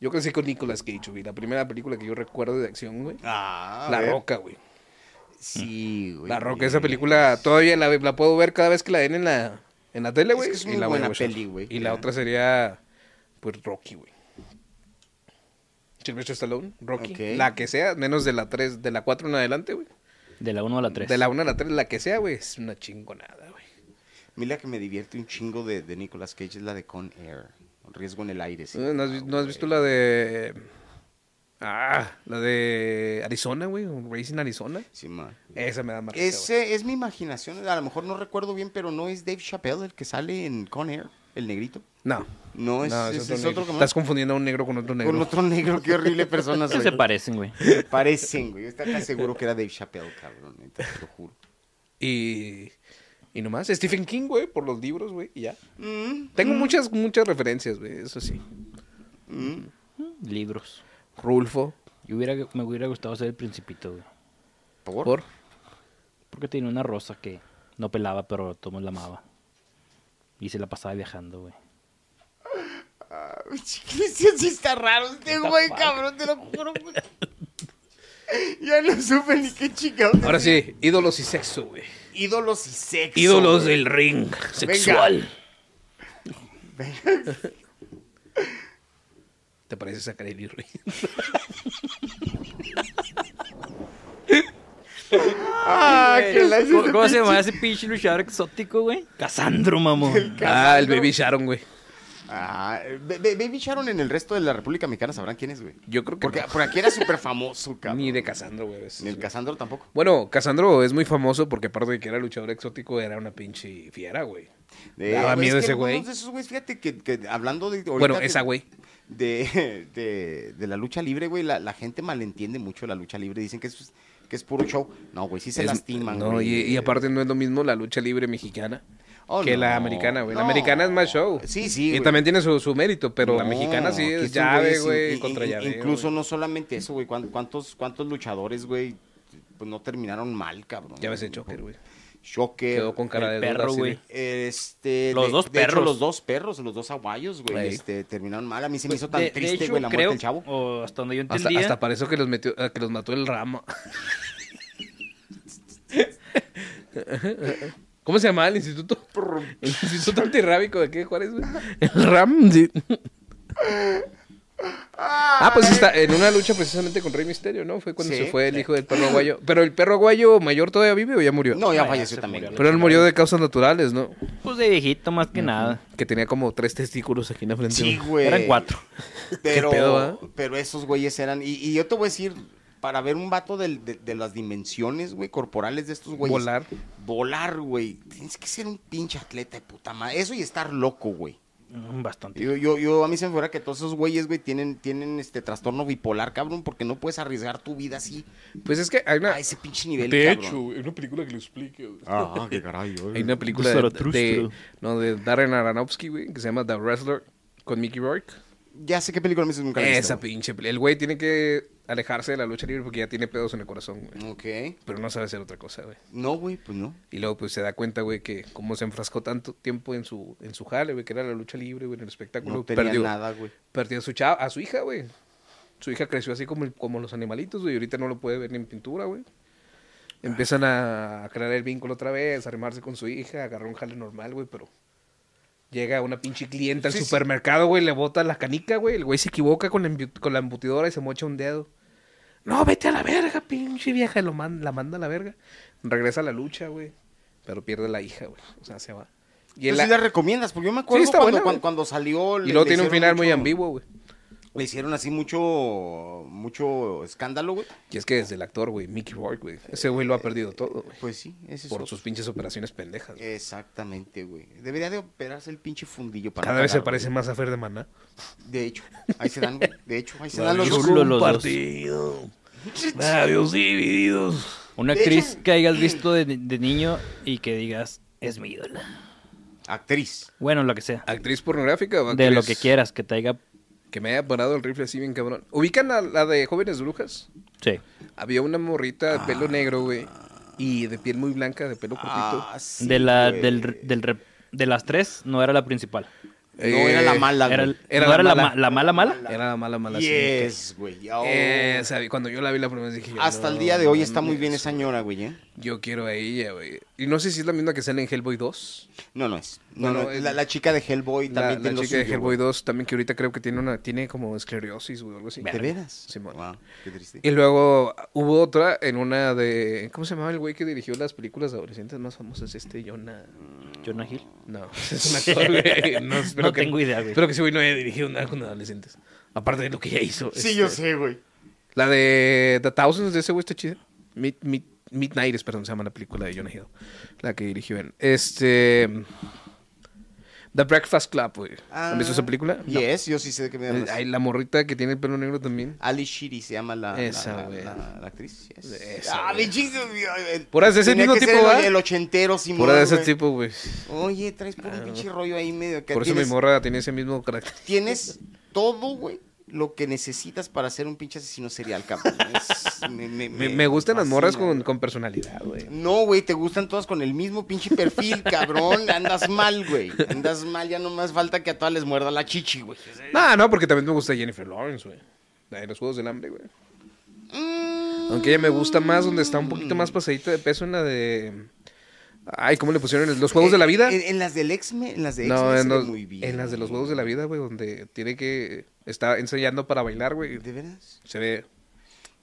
B: Yo crecí con Nicolas Cage, güey. La primera película que yo recuerdo de acción, güey.
A: Ah, a
B: La Mm.
A: ver.
B: Roca, güey.
A: Sí, güey.
B: La Roca, esa película todavía la, la puedo ver cada vez que la den en la, en la tele,
A: Es
B: güey.
A: que es
B: y
A: muy
B: la voy a
A: buena
B: watchar.
A: peli, güey.
B: Y la
A: Ya.
B: otra sería, pues, Rocky, güey. Sylvester Stallone, Rocky.
A: Ok.
B: La que sea, menos de la 3, de la 4 en adelante, güey.
E: De la 1 a la 3.
B: De la 1 a la 3, la que sea, güey, es una chingonada, güey.
A: Mira que me divierte un chingo de, de Nicolas Cage es la de Con Air. Riesgo en el aire. sí.
B: ¿No has, vi- no has visto la de... Ah, la de Arizona, güey, o Racing Arizona.
A: Sí, ma.
B: Esa me da más risa, güey.
A: Ese es mi imaginación. A lo mejor no recuerdo bien, pero no es Dave Chappelle el que sale en Con Air, el negrito.
B: No.
A: No, es, es- es
B: negro.
A: otro, que
B: Estás
A: más.
B: confundiendo a un negro con otro negro.
A: Con otro negro, qué horrible
B: <laughs>
A: persona soy.
E: se parecen, güey.
A: Parecen, güey. Yo estaba casi seguro que era Dave Chappelle, cabrón. neta, Te lo juro.
B: Y, y nomás, Stephen King, güey, por los libros, güey, y ya.
A: Mm.
B: Tengo muchas, muchas referencias, güey, eso sí.
E: Libros.
B: Rulfo,
E: Yo hubiera, me hubiera gustado ser el principito, güey.
A: ¿Por?
B: por.
E: Porque tenía una rosa que no pelaba, pero todo mundo la amaba. Y se la pasaba viajando, güey.
A: Ay, Cristian, sí está raro este güey, cabrón. Te lo juro, güey. <laughs> Ya no supe ni qué chingados.
B: Ahora sí, ídolos y sexo, güey.
A: Ídolos y sexo.
G: Ídolos
A: güey.
G: del ring
A: Venga. <laughs>
G: sexual.
B: ¿Te parece sacar el libro?
A: Ah, que la
E: ¿Cómo, cómo se llama ese pinche luchador exótico, güey? Casandro, <laughs> mamón.
B: ah, el Baby Sharon, güey.
A: Ah, Ba- Ba- Baby Sharon en el resto de la República Mexicana sabrán quién es, güey.
B: Yo creo que
A: Porque
B: no.
A: por aquí era súper famoso, cabrón.
B: Ni de Casandro, güey. es-
A: Ni el Casandro tampoco.
B: Bueno, Casandro es muy famoso porque aparte de que era luchador exótico, era una pinche fiera, güey.
A: De,
B: Daba miedo
A: es que
B: ese güey.
A: algunos de esos güeyes, fíjate que, que hablando de. ahorita
B: Bueno,
A: que-
B: esa, güey.
A: De, <laughs> de, de la lucha libre, güey. La, la gente malentiende mucho la lucha libre. Dicen que es, que es puro show. No, güey, sí se
B: Es-
A: lastiman.
B: No,
A: güey.
B: y, y aparte no es lo mismo la lucha libre mexicana
A: Oh,
B: que la
A: no,
B: americana, güey. La
A: no.
B: americana es más show.
A: Sí, sí,
B: Y
A: güey.
B: también tiene su, su mérito, pero la
A: No,
B: mexicana sí
A: que
B: es
A: estos
B: llave,
A: güeyes,
B: güey,
A: in-
B: contra
A: in-
B: llave.
A: Incluso no solamente eso, güey. cuán- ¿Cuántos, cuántos luchadores, güey, pues no terminaron mal, cabrón?
B: Ya ves el choker, güey.
A: Shocker.
B: Quedó con cara
E: el
B: de duda,
E: perro,
B: así de-
E: güey.
A: Este,
E: Los
A: de-
E: dos
A: de hecho,
E: perros.
A: los dos perros, los dos aguayos, güey,
B: Ey.
A: este, terminaron mal. A mí se
B: Pues
A: me hizo tan
E: De- de
A: triste,
E: hecho,
A: güey, la muerte
E: creo,
A: del chavo.
E: O hasta donde yo
B: Hasta,
E: entendía.
B: hasta para eso que los, metió, eh, que los mató el rama. ¿Cómo se llamaba el instituto? El instituto antirrábico de aquí de Juárez, güey. El RAM. sí. Ah, pues está en una lucha precisamente con Rey Misterio, ¿no? Fue cuando
A: Sí.
B: se fue el hijo del perro aguayo. Pero el perro aguayo mayor todavía vive o ya murió.
A: No, ya
E: Ah, ya
A: falleció
E: se
A: también.
E: murió
A: güey.
B: Pero él murió de causas naturales, ¿no?
E: Pues de viejito, más que nada.
B: Que tenía como tres testículos aquí en la frente.
A: Sí,
B: güey.
A: güey.
E: Eran cuatro.
A: Pero,
B: pedo, ah?
A: pero esos güeyes eran. Y, y yo te voy a decir, para ver un vato del- de, de las dimensiones, güey, corporales de estos güeyes.
B: Volar.
A: Volar, güey. Tienes que ser un pinche atleta de puta madre. Eso y estar loco, güey.
E: Mm, Bastante.
A: Yo, yo, yo- a mí se me fuera que todos esos güeyes, güey, tienen, tienen este trastorno bipolar, cabrón, porque no puedes arriesgar tu vida así
B: Pues es que hay una,
A: a ese pinche nivel,
H: De
A: cabrón.
H: hecho, güey, una película que lo explique. güey.
A: Ah, qué caray,
B: Hay una película de, de- no, de Darren Aronofsky, güey, que se llama The Wrestler con Mickey Rourke.
A: Ya sé qué película me dices nunca la he visto,
B: Esa pinche peli- El güey tiene que alejarse de la lucha libre porque ya tiene pedos en el corazón, güey.
A: güey. Ok.
B: Pero no sabe hacer otra cosa, güey.
A: No, güey, pues no.
B: Y luego pues se da cuenta, güey, que como se enfrascó tanto tiempo en su en su jale, güey, que era la lucha libre, güey, en el espectáculo,
A: No tenía
B: perdió
A: nada, güey.
B: perdió a su chava, a su hija, güey. Su hija creció así como, el- como los animalitos, güey, y ahorita no lo puede ver ni en pintura, güey. Empiezan a crear el vínculo otra vez, a armarse con su hija, agarrar un jale normal, güey, pero llega una pinche clienta al
A: Sí, sí.
B: supermercado, güey, le bota la canica, güey, el güey se equivoca con la, embu- con la embutidora y se mocha un dedo.
G: No, vete a la verga, pinche
B: Pinche
G: vieja.
B: vieja, lo man- la manda a la verga. Regresa a la lucha, güey, pero pierde la hija, güey, o sea, se va. Y,
A: Tú
B: en
A: Pues sí
B: la-
A: la recomiendas, porque yo me acuerdo
B: está
A: cuando,
B: buena,
A: cuan-
B: güey.
A: cuando salió.
B: y
A: le-
B: luego
A: le
B: tiene un
A: hicieron
B: final muy
A: mucho-
B: ambiguo, güey.
A: Le hicieron así mucho, mucho escándalo, güey.
B: Y es que desde el actor, güey, Mickey Rourke, güey, ese güey lo ha perdido todo, güey.
A: Pues sí, ese es
B: Por
A: otro.
B: sus pinches operaciones pendejas. güey.
A: Exactamente, güey. Debería de operarse el pinche fundillo para.
B: Cada vez se
A: cagar,
B: parece más a Fer de Maná.
A: güey. De hecho, ahí se dan, güey. De hecho, ahí se dan los dos.
E: Chulo los dos.
H: Partido. Labios divididos.
E: Una
A: De
E: actriz
A: hecho-
E: que hayas visto de, de niño y que digas, es mi ídola.
A: Actriz.
E: Bueno, lo que sea.
A: Ah,
B: Actriz pornográfica. o
E: De lo que
B: actriz
E: quieras, que te haya.
B: Que me haya parado el rifle así bien cabrón. ¿Ubican a la de Jóvenes Brujas?
E: Sí.
B: Había una morrita de pelo
A: Ah.
B: negro, güey. Y de piel muy blanca, de pelo cortito.
A: Ah, sí,
E: de, la,
A: güey.
E: del, del rep- de las tres, no era la principal.
A: Ah, No era la mala,
E: Era,
A: güey.
B: Era
E: ¿no
B: la
E: era la,
B: mala.
E: ma- la mala mala?
B: Eh, Era la mala, mala. señorita.
A: Yes, güey. Oh.
B: Eh, o sea, cuando yo la vi la primera vez dije yo,
A: Hasta
B: no,
A: el día de hoy
B: no
A: está muy bien
B: mames,
A: esa ñora, güey, ¿eh?
B: Yo quiero a ella, güey. Y no sé si es la misma que sale en Hellboy 2.
A: No, no es. No,
B: No,
A: no,
B: no, es-
A: la, la chica de Hellboy
B: La,
A: también
B: la
A: tiene lo
B: chica de
A: suyo,
B: Hellboy
A: güey.
B: 2 también que ahorita creo que tiene una tiene como esclerosis o algo así.
A: ¿De veras?
B: Simón.
A: Wow, qué triste.
B: Y luego hubo otra en una de ¿cómo se llamaba el güey que dirigió las películas de adolescentes más famosas este Jonah?
E: Jonah Hill.
B: No, <laughs> es
E: <laughs>
B: un actor, güey. No, espero
E: No
B: que-
E: tengo idea, güey.
B: Espero que ese güey no haya dirigido nada con adolescentes. Aparte de lo que ya hizo.
A: Sí,
B: este,
A: yo sé, güey.
B: La de The Thousands de ese güey está chida. Mid, Mid- Midnight, perdón, se llama la película de Jonah Hill. La que dirigió en. Este. The Breakfast Club, güey. ¿Han visto esa película? No.
A: Ah, Yes, yo sí sé de qué me
B: Eh,
A: hablas.
B: Hay la morrita que tiene el pelo negro también.
A: Ali Shiri se llama la, la-
B: Esa,
A: la-
B: güey.
A: la- la actriz. yes.
B: Esa,
A: ah,
B: güey.
A: bichísimo, güey. El-
B: Por ese
A: tenía
B: mismo
A: que
B: tipo,
A: ser el-
B: ¿va?
A: El ochentero, Simón.
B: Pura de ese
A: güey.
B: tipo, güey.
A: Oye, traes puro pinche rollo ahí medio que
B: Por eso mi
A: tienes,
B: morra tiene ese mismo carácter.
A: tienes todo, güey, lo que necesitas para ser un pinche asesino serial, cabrón. Es- me, me-
B: Me,
A: me
B: me gustan las morras
A: fascina,
B: con,
A: güey.
B: con personalidad, güey.
A: No, güey, te gustan todas con el mismo pinche
E: <laughs>
A: perfil, cabrón. Andas mal, güey. Andas mal, ya no más falta que a todas les muerda la chichi, güey.
B: No, no, porque también me gusta Jennifer Lawrence, güey. La de los Juegos del Hambre, güey.
E: Mm.
B: Aunque ella me gusta más donde está un poquito más pasadita de peso en la de... Ay, ¿cómo le pusieron? ¿En ¿Los Juegos de la Vida?
A: En, en las del X-Men, en las de X-Men
B: No,
A: se
B: en,
A: ve
B: los-
A: muy bien.
B: en las de los Juegos de la Vida, güey, donde tiene que... Está ensayando para bailar, güey.
A: ¿De veras?
B: Se ve...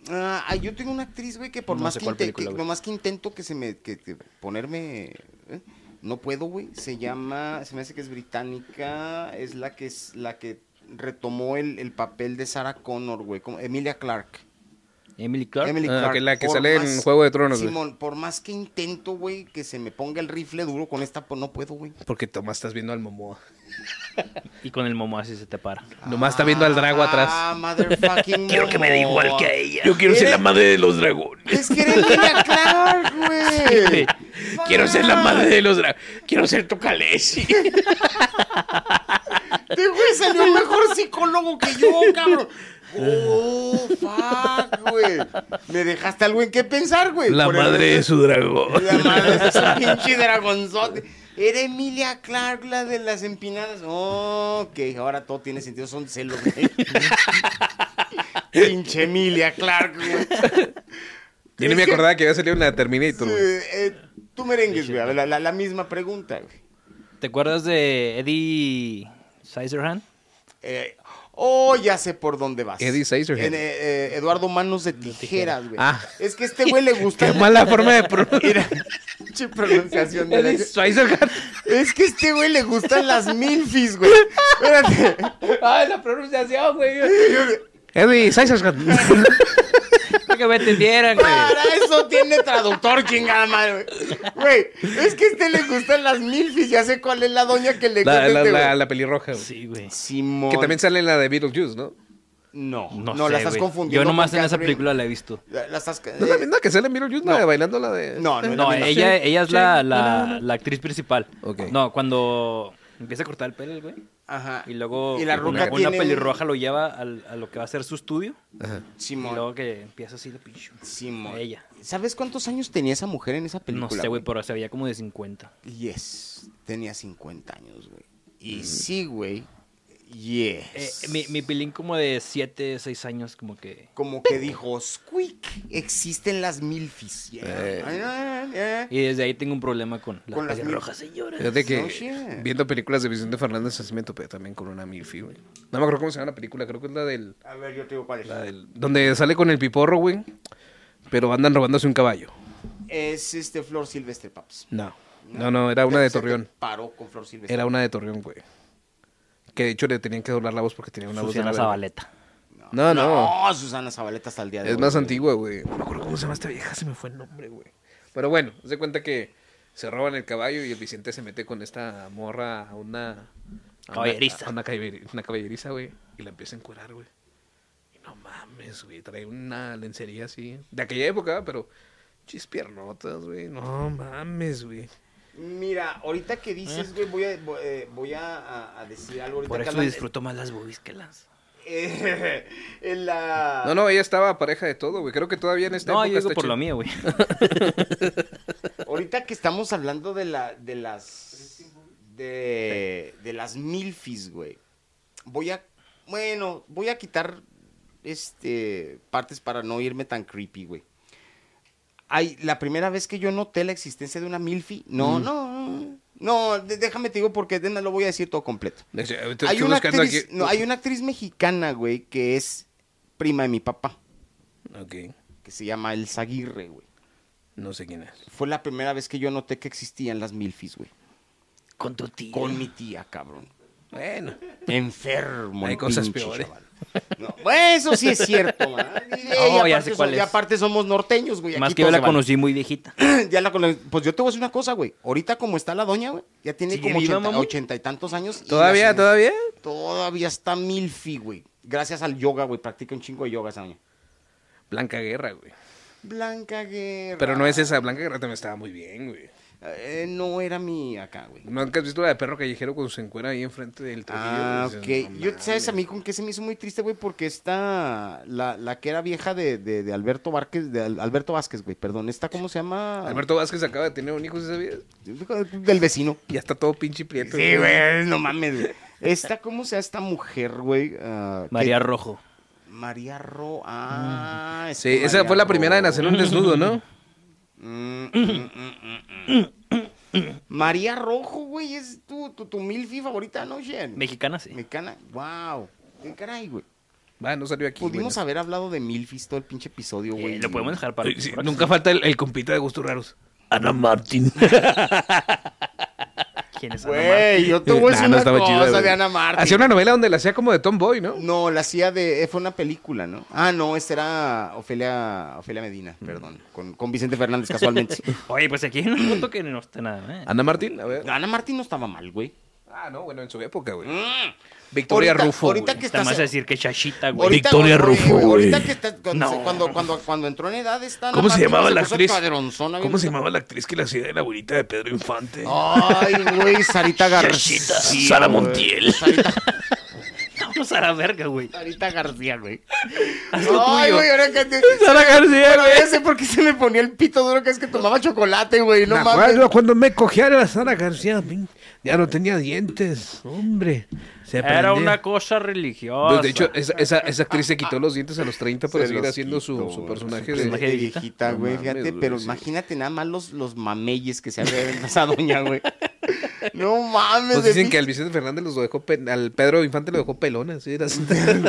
A: Ah, ah, yo tengo una actriz, güey, que por
E: No
A: más
E: sé
A: que,
E: cuál
A: inte-
E: película,
A: que-
E: güey.
A: por más que intento que se me... que, que ponerme... ¿eh? No puedo, güey. Se llama... Se me hace que es británica. Es la que, es, la que retomó el, el papel de Sarah Connor, güey. como Emilia Clarke.
E: Emily Clark.
A: Emily
B: Ah,
A: Clark,
B: que la que
A: por
B: sale en Juego de Tronos, güey.
A: Simón, por más que intento, güey, que se me ponga el rifle duro con esta, pues no puedo, güey.
B: Porque Tomás estás viendo al Momoa.
E: Y con el momo así se te para.
B: Nomás está viendo al drago atrás.
A: Ah,
C: <laughs>
A: motherfucking.
C: Quiero que me dé igual que a ella.
H: Yo quiero ser la madre de los dragones.
A: Es que era Emilia
B: <laughs>
A: Clark, güey.
H: <laughs> Quiero ser la madre de los dragones. Quiero ser Tocalesi.
A: Este güey salió el mejor psicólogo que
H: <laughs>
A: yo, cabrón. Oh, fuck, güey. Me dejaste algo en qué pensar, güey.
H: La
A: Por el-
H: madre de su dragón.
A: La madre de ese pinche dragonzote. Era Emilia Clark, la de las empinadas. Oh, ok, ahora todo tiene sentido. Son celos,
H: <laughs>
A: güey. pinche Emilia Clark, güey.
B: Yo ni me
A: Es que-
B: acordaba que había salido en la Terminator, güey.
A: Eh, eh, tú merengues, güey. A ver, La, la- la misma pregunta, güey.
E: ¿Te acuerdas de Eddie Sizerhan?
A: Eh, oh, ya sé por dónde vas.
B: Eddie Sazer.
A: En, eh, eh, Eduardo Manos de Tijeras, güey.
B: Ah.
A: Es que este güey le gusta.
B: <laughs> Qué mala forma de pronunciar.
A: Mira, <laughs> pinche pronunciación de la-
B: Schweizergar.
A: Es que este güey le gustan las milfis, güey. Espérate.
B: Ay, la pronunciación, güey. Eddie Schweizergar.
E: <laughs> Para que me entendieran, güey.
A: Para eso tiene traductor, chingada madre, güey. Güey, es que a este le gustan las milfis. Ya sé cuál es la doña que le gusta.
B: La, la,
A: este,
B: la,
A: güey.
B: la pelirroja, güey.
E: Sí, güey.
A: Simón.
B: Que también sale en la de Beetlejuice, ¿no?
A: No, no,
E: No,
A: la
E: sé,
A: estás
E: güey.
A: confundiendo.
E: Yo nomás
A: con
E: en esa
A: Catherine.
E: película la he visto.
A: La, la estás.
B: No es la
A: eh,
B: misma que sale en Beetlejuice,
A: no.
B: la de bailando la de.
A: No, no es la
E: No,
A: misma.
E: ella, ella es la,
G: sí,
E: la-
G: no, no, no.
E: la actriz principal.
B: Ok.
E: No, cuando empieza a cortar el pelo, el güey.
A: Ajá.
E: Y luego
A: Y la
E: una,
A: ruca
E: una
A: tiene un-
E: pelirroja lo lleva al- a lo que va a ser su estudio.
B: Ajá.
E: Y
A: Simón.
E: luego que empieza así la pinche.
A: Simón.
E: Ella.
A: ¿Sabes cuántos años tenía esa mujer en esa película?
E: No sé, güey, pero se veía como de 50.
A: Yes. Tenía 50 años, güey.
B: Mm.
A: Y sí, güey. Yes.
E: Eh, mi, mi pilín como de 7, 6 años, como que...
A: Como que dijo, squeak, existen las milfis. Yeah.
B: Eh.
A: Ah, yeah.
E: Y desde ahí tengo un problema con las
A: Con las
E: pelirrojas.
A: milfis.
B: Fíjate que
A: No shit.
B: viendo películas de Vicente Fernández, así me topé también con una Milfi, güey. No me acuerdo cómo se llama la película, creo que es la del.
A: A ver, yo te digo cuál es.
B: la del- donde sale con el piporro, güey. Pero andan robándose un caballo.
A: Es este Flor Silvestre, paps.
B: No. No, no, era una de
A: Se te
B: Torreón.
A: Paró con Flor Silvestre.
B: Era una de Torreón, güey. Que de hecho le tenían que doblar la voz porque tenía una
E: Susana
B: voz de la verga.
E: Zabaleta.
B: No, no.
A: No, Susana Zabaleta hasta el día de
B: Es
A: hoy.
B: más
A: güey.
B: antigua, güey. No me acuerdo cómo se llama esta vieja, se me fue el nombre, güey. Pero bueno, se cuenta que se roban el caballo y el Vicente se mete con esta morra a una... a una-
E: Caballeriza.
B: a Una, caballeriza, una caballeriza, güey. Y la empieza a encuerar, güey. Y no mames, güey. Trae una lencería así. De aquella época, pero... Chis piernotas, güey. No mames, güey.
A: Mira, ahorita que dices, güey, voy, a, voy, eh, voy a- a, a decir algo. Ahorita
E: Por
A: que
E: eso
A: hablan-
E: disfruto más las boobies que las...
A: Eh, <laughs> en la...
B: No, no, ella estaba pareja de todo, güey. Creo que todavía en esta
E: No,
B: época
E: yo digo
B: está
E: por
B: chido.
E: lo
A: <laughs>
E: mío, güey.
A: Ahorita que estamos hablando de la de las de, de las milfis, güey. Voy a, bueno, voy a quitar este partes para no irme tan creepy, güey. Ay, la primera vez que yo noté la existencia de una milfi, no, no, no, no, de- déjame te digo porque de- no lo voy a decir todo completo. Hay una, actriz, no, hay una actriz mexicana, güey, que es prima de mi papá,
B: Ok,
A: que se llama Elsa Aguirre, güey.
B: no sé quién es.
A: Fue la primera vez que yo noté que existían las milfis, güey.
E: Con tu tía.
A: Con mi tía, cabrón.
B: Bueno,
A: Enfermo.
B: Hay
A: el
B: cosas
A: pinche
B: peores.
A: chaval. No, bueno, eso sí es cierto,
E: <laughs>
A: man. Y, y
E: No, ya
A: aparte
E: sé
A: so-
E: cuál
A: y
E: es.
A: aparte somos norteños, güey.
E: Más
A: aquí
E: que yo
A: todo
E: la
A: se vale.
E: conocí muy viejita.
A: <clears throat> Ya la conocí. Pues yo te voy a decir una cosa, güey. Ahorita como está la doña, güey, ya tiene
E: ¿Sigue
A: como
E: viva,
A: 80
E: mamá?
A: ochenta y tantos años. y la
B: ¿Todavía,
A: señora-
B: todavía?
A: Todavía está milfi, güey. Gracias al yoga, güey. Practica un chingo de yoga esa doña.
B: Blanca Guerra, güey.
A: Blanca Guerra.
B: Pero no es esa, Blanca Guerra también estaba muy bien, güey.
A: Eh, no era mi acá, güey.
B: ¿No has visto la de perro callejero cuando se encuentra ahí enfrente del Trujillo?
A: Ah,
B: Dices,
A: ok.
B: no
A: Yo, ¿sabes a mí
B: mames.
A: con qué se me hizo muy triste, güey? Porque esta, la, la que era vieja de, de- de Alberto Vázquez, de Al- Alberto Vázquez, güey, perdón, esta, ¿cómo se llama?
B: Alberto Vázquez acaba de tener un hijo, ¿sí ¿sabías?
A: Del vecino.
B: Ya está todo pinche prieto.
A: Sí, güey, no mames, güey. Esta, ¿cómo se llama esta mujer, güey? Ah, que-
E: María Rojo.
A: María Ro. Ah, es
B: Mm. Sí,
A: que
B: esa
A: María
B: fue la primera
A: Ro-
B: en hacer un desnudo, ¿no?
A: Mm, mm, mm, mm, mm. María Rojo, güey, es tu, tu, tu milfi favorita, ¿no, Shen?
E: Mexicana, sí.
A: Mexicana. Wow. ¿Qué caray, güey?
B: Va, no salió aquí.
A: Pudimos
B: bueno.
A: haber hablado de Milfis todo el pinche episodio, güey.
E: Eh, lo podemos dejar para.
B: Sí, nunca falta el, el compita de gustos raros.
H: Ana Martín.
E: ¿Quién es Ana Mar-
A: Güey, yo te
H: <laughs>
A: voy a decir
B: Nah, no
A: una
B: estaba
A: cosa
B: chida, güey.
A: de Ana Martín. Mm.
B: Hacía una novela donde la hacía como de Tomboy, ¿no?
A: No, la hacía de... eh, Fue una película, ¿no? Ah, no, esta era Ofelia, Ofelia Medina,
H: Mm.
A: perdón. Con, con Vicente Fernández,
H: <laughs>
A: casualmente.
E: Oye, pues aquí hay un punto que no está nada. ¿eh?
B: Ana Martín, a ver.
A: Ana Martín no estaba mal, güey.
B: Ah, no, bueno, en su época, güey.
H: Mm.
B: Victoria
A: Mm. Ahorita-
B: Rufo.
A: ahorita
B: güey.
A: que
E: Está
A: estás...
E: más a decir que Chachita, güey.
A: ahorita-
H: Victoria
A: oye,
H: Rufo,
A: güey, Ahorita
H: güey.
A: que está... Cuando,
E: No.
A: cuando, cuando, cuando entró en edad está... Ana
H: ¿Cómo se
A: Martín,
H: llamaba la
A: puso
H: actriz?
A: cuadronzona,
H: ¿Cómo
A: bien-
H: se llamaba la actriz que la hacía de la abuelita de Pedro Infante?
A: Ay, güey, Sarita García.
H: Chachita, Sara Montiel.
E: Vamos a la verga, güey.
A: Sarita García,
B: <laughs>
A: güey.
E: lo
A: Ay,
E: tuyo.
A: güey, ahora que te...
B: Sara García,
A: Pero ya sé por qué se me ponía el pito duro que es que tomaba chocolate, güey. No
B: Me
A: mames.
B: acuerdo cuando me cogía a la Sara García, pin, ya no tenía dientes, hombre. Se
E: Era
B: prendía.
E: una cosa religiosa.
B: Pues, de hecho, esa, esa, esa actriz se quitó los dientes a los 30 para
A: Se
B: seguir
A: los
B: haciendo su,
A: quitó,
B: su
A: güey.
B: personaje
E: Su
B: de... Pues
E: personaje.
A: de viejita,
E: viejita,
A: güey,
B: no
A: fíjate,
B: mames, güey,
A: pero
B: sí.
A: imagínate nada más los, los mameyes que se había esa <laughs> doña, güey. No mames.
B: Pues
A: de
B: dicen
A: mí.
B: que al Vicente Fernández los dejó, pe- al Pedro Infante lo dejó pelona, sí, era
A: <laughs>
B: así.
A: Che,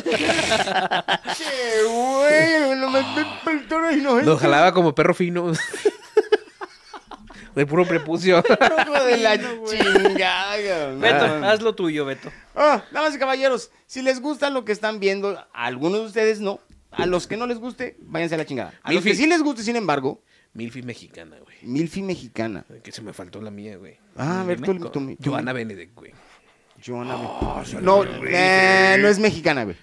A: güey, no
B: Ah.
A: me perdona y no
B: Lo jalaba como perro fino. <laughs> De puro prepucio. <laughs>
A: Hijo de la chingada. güey.
E: Beto, haz lo tuyo, Beto.
A: Ah, damas y caballeros, si les gusta lo que están viendo, a algunos de ustedes no. A los que no les guste, váyanse a la chingada. A los que
B: Milfi.
A: sí les guste, sin embargo,
B: Milfi mexicana, güey.
A: Milfi mexicana.
B: Que se me faltó la mía, güey.
A: Ah, a ver, tú, tú- tú-
B: Joana Benedek, güey.
A: Joana, güey. no, eh, no es mexicana, güey.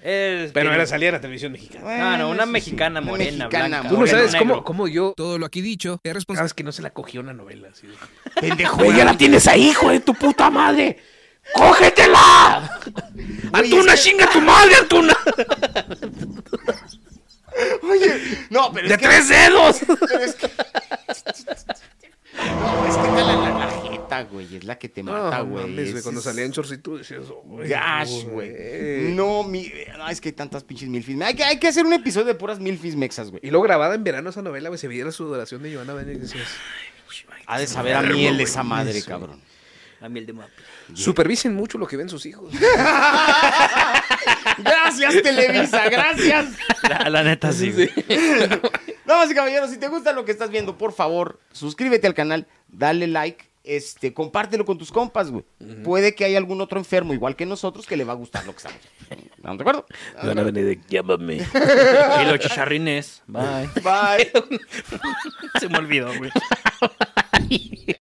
E: Es-
B: Pero era salir a la televisión mexicana.
E: Ah, no, una mexicana
A: Una
E: morena,
A: mexicana
E: blanca.
B: Tú no
E: Moreno,
B: sabes
E: negro.
B: cómo, cómo yo...
F: Todo lo aquí dicho es
B: Cada
F: responsabilidad.
B: vez que no se la cogió una novela, así de-
H: Pendejo, ya la tienes ahí, hijo de tu puta madre. ¡Cógetela! ¡Antuna, chinga tu madre, Antuna!
A: Oye, no, pero
H: ¡De
A: es que,
H: tres dedos!
A: pero es que... No, es que está la, la, la jeta, güey, es la que te mata,
B: No,
A: güey.
B: mames, güey,
A: Ese
B: Cuando
A: es-
B: salía en chorcito decías... "Oh, güey,
A: Gash, güey. No, mi... no, es que hay tantas pinches milfis. Hay que, hay que hacer un episodio de puras milfis mexas, güey.
B: Y luego grabada en verano esa novela, güey, se veía la sudoración de Joana Benedek. Decías,
A: Ha de saber a miel esa madre, cabrón.
E: La miel de maple.
B: Supervisen mucho lo que ven sus hijos.
A: Gracias, Televisa, gracias.
E: La, la neta, sí. güey.
A: Damas y caballeros, si te gusta lo que estás viendo, por favor, suscríbete al canal, dale like, este, compártelo con tus compas, güey. Puede que haya algún otro enfermo, igual que nosotros, que le va a gustar lo que estamos. viendo. ¿No te acuerdo?
H: Joana Benedek, llámame.
E: Y los <laughs> chicharrines. Bye.
A: Bye.
E: Se me olvidó, güey.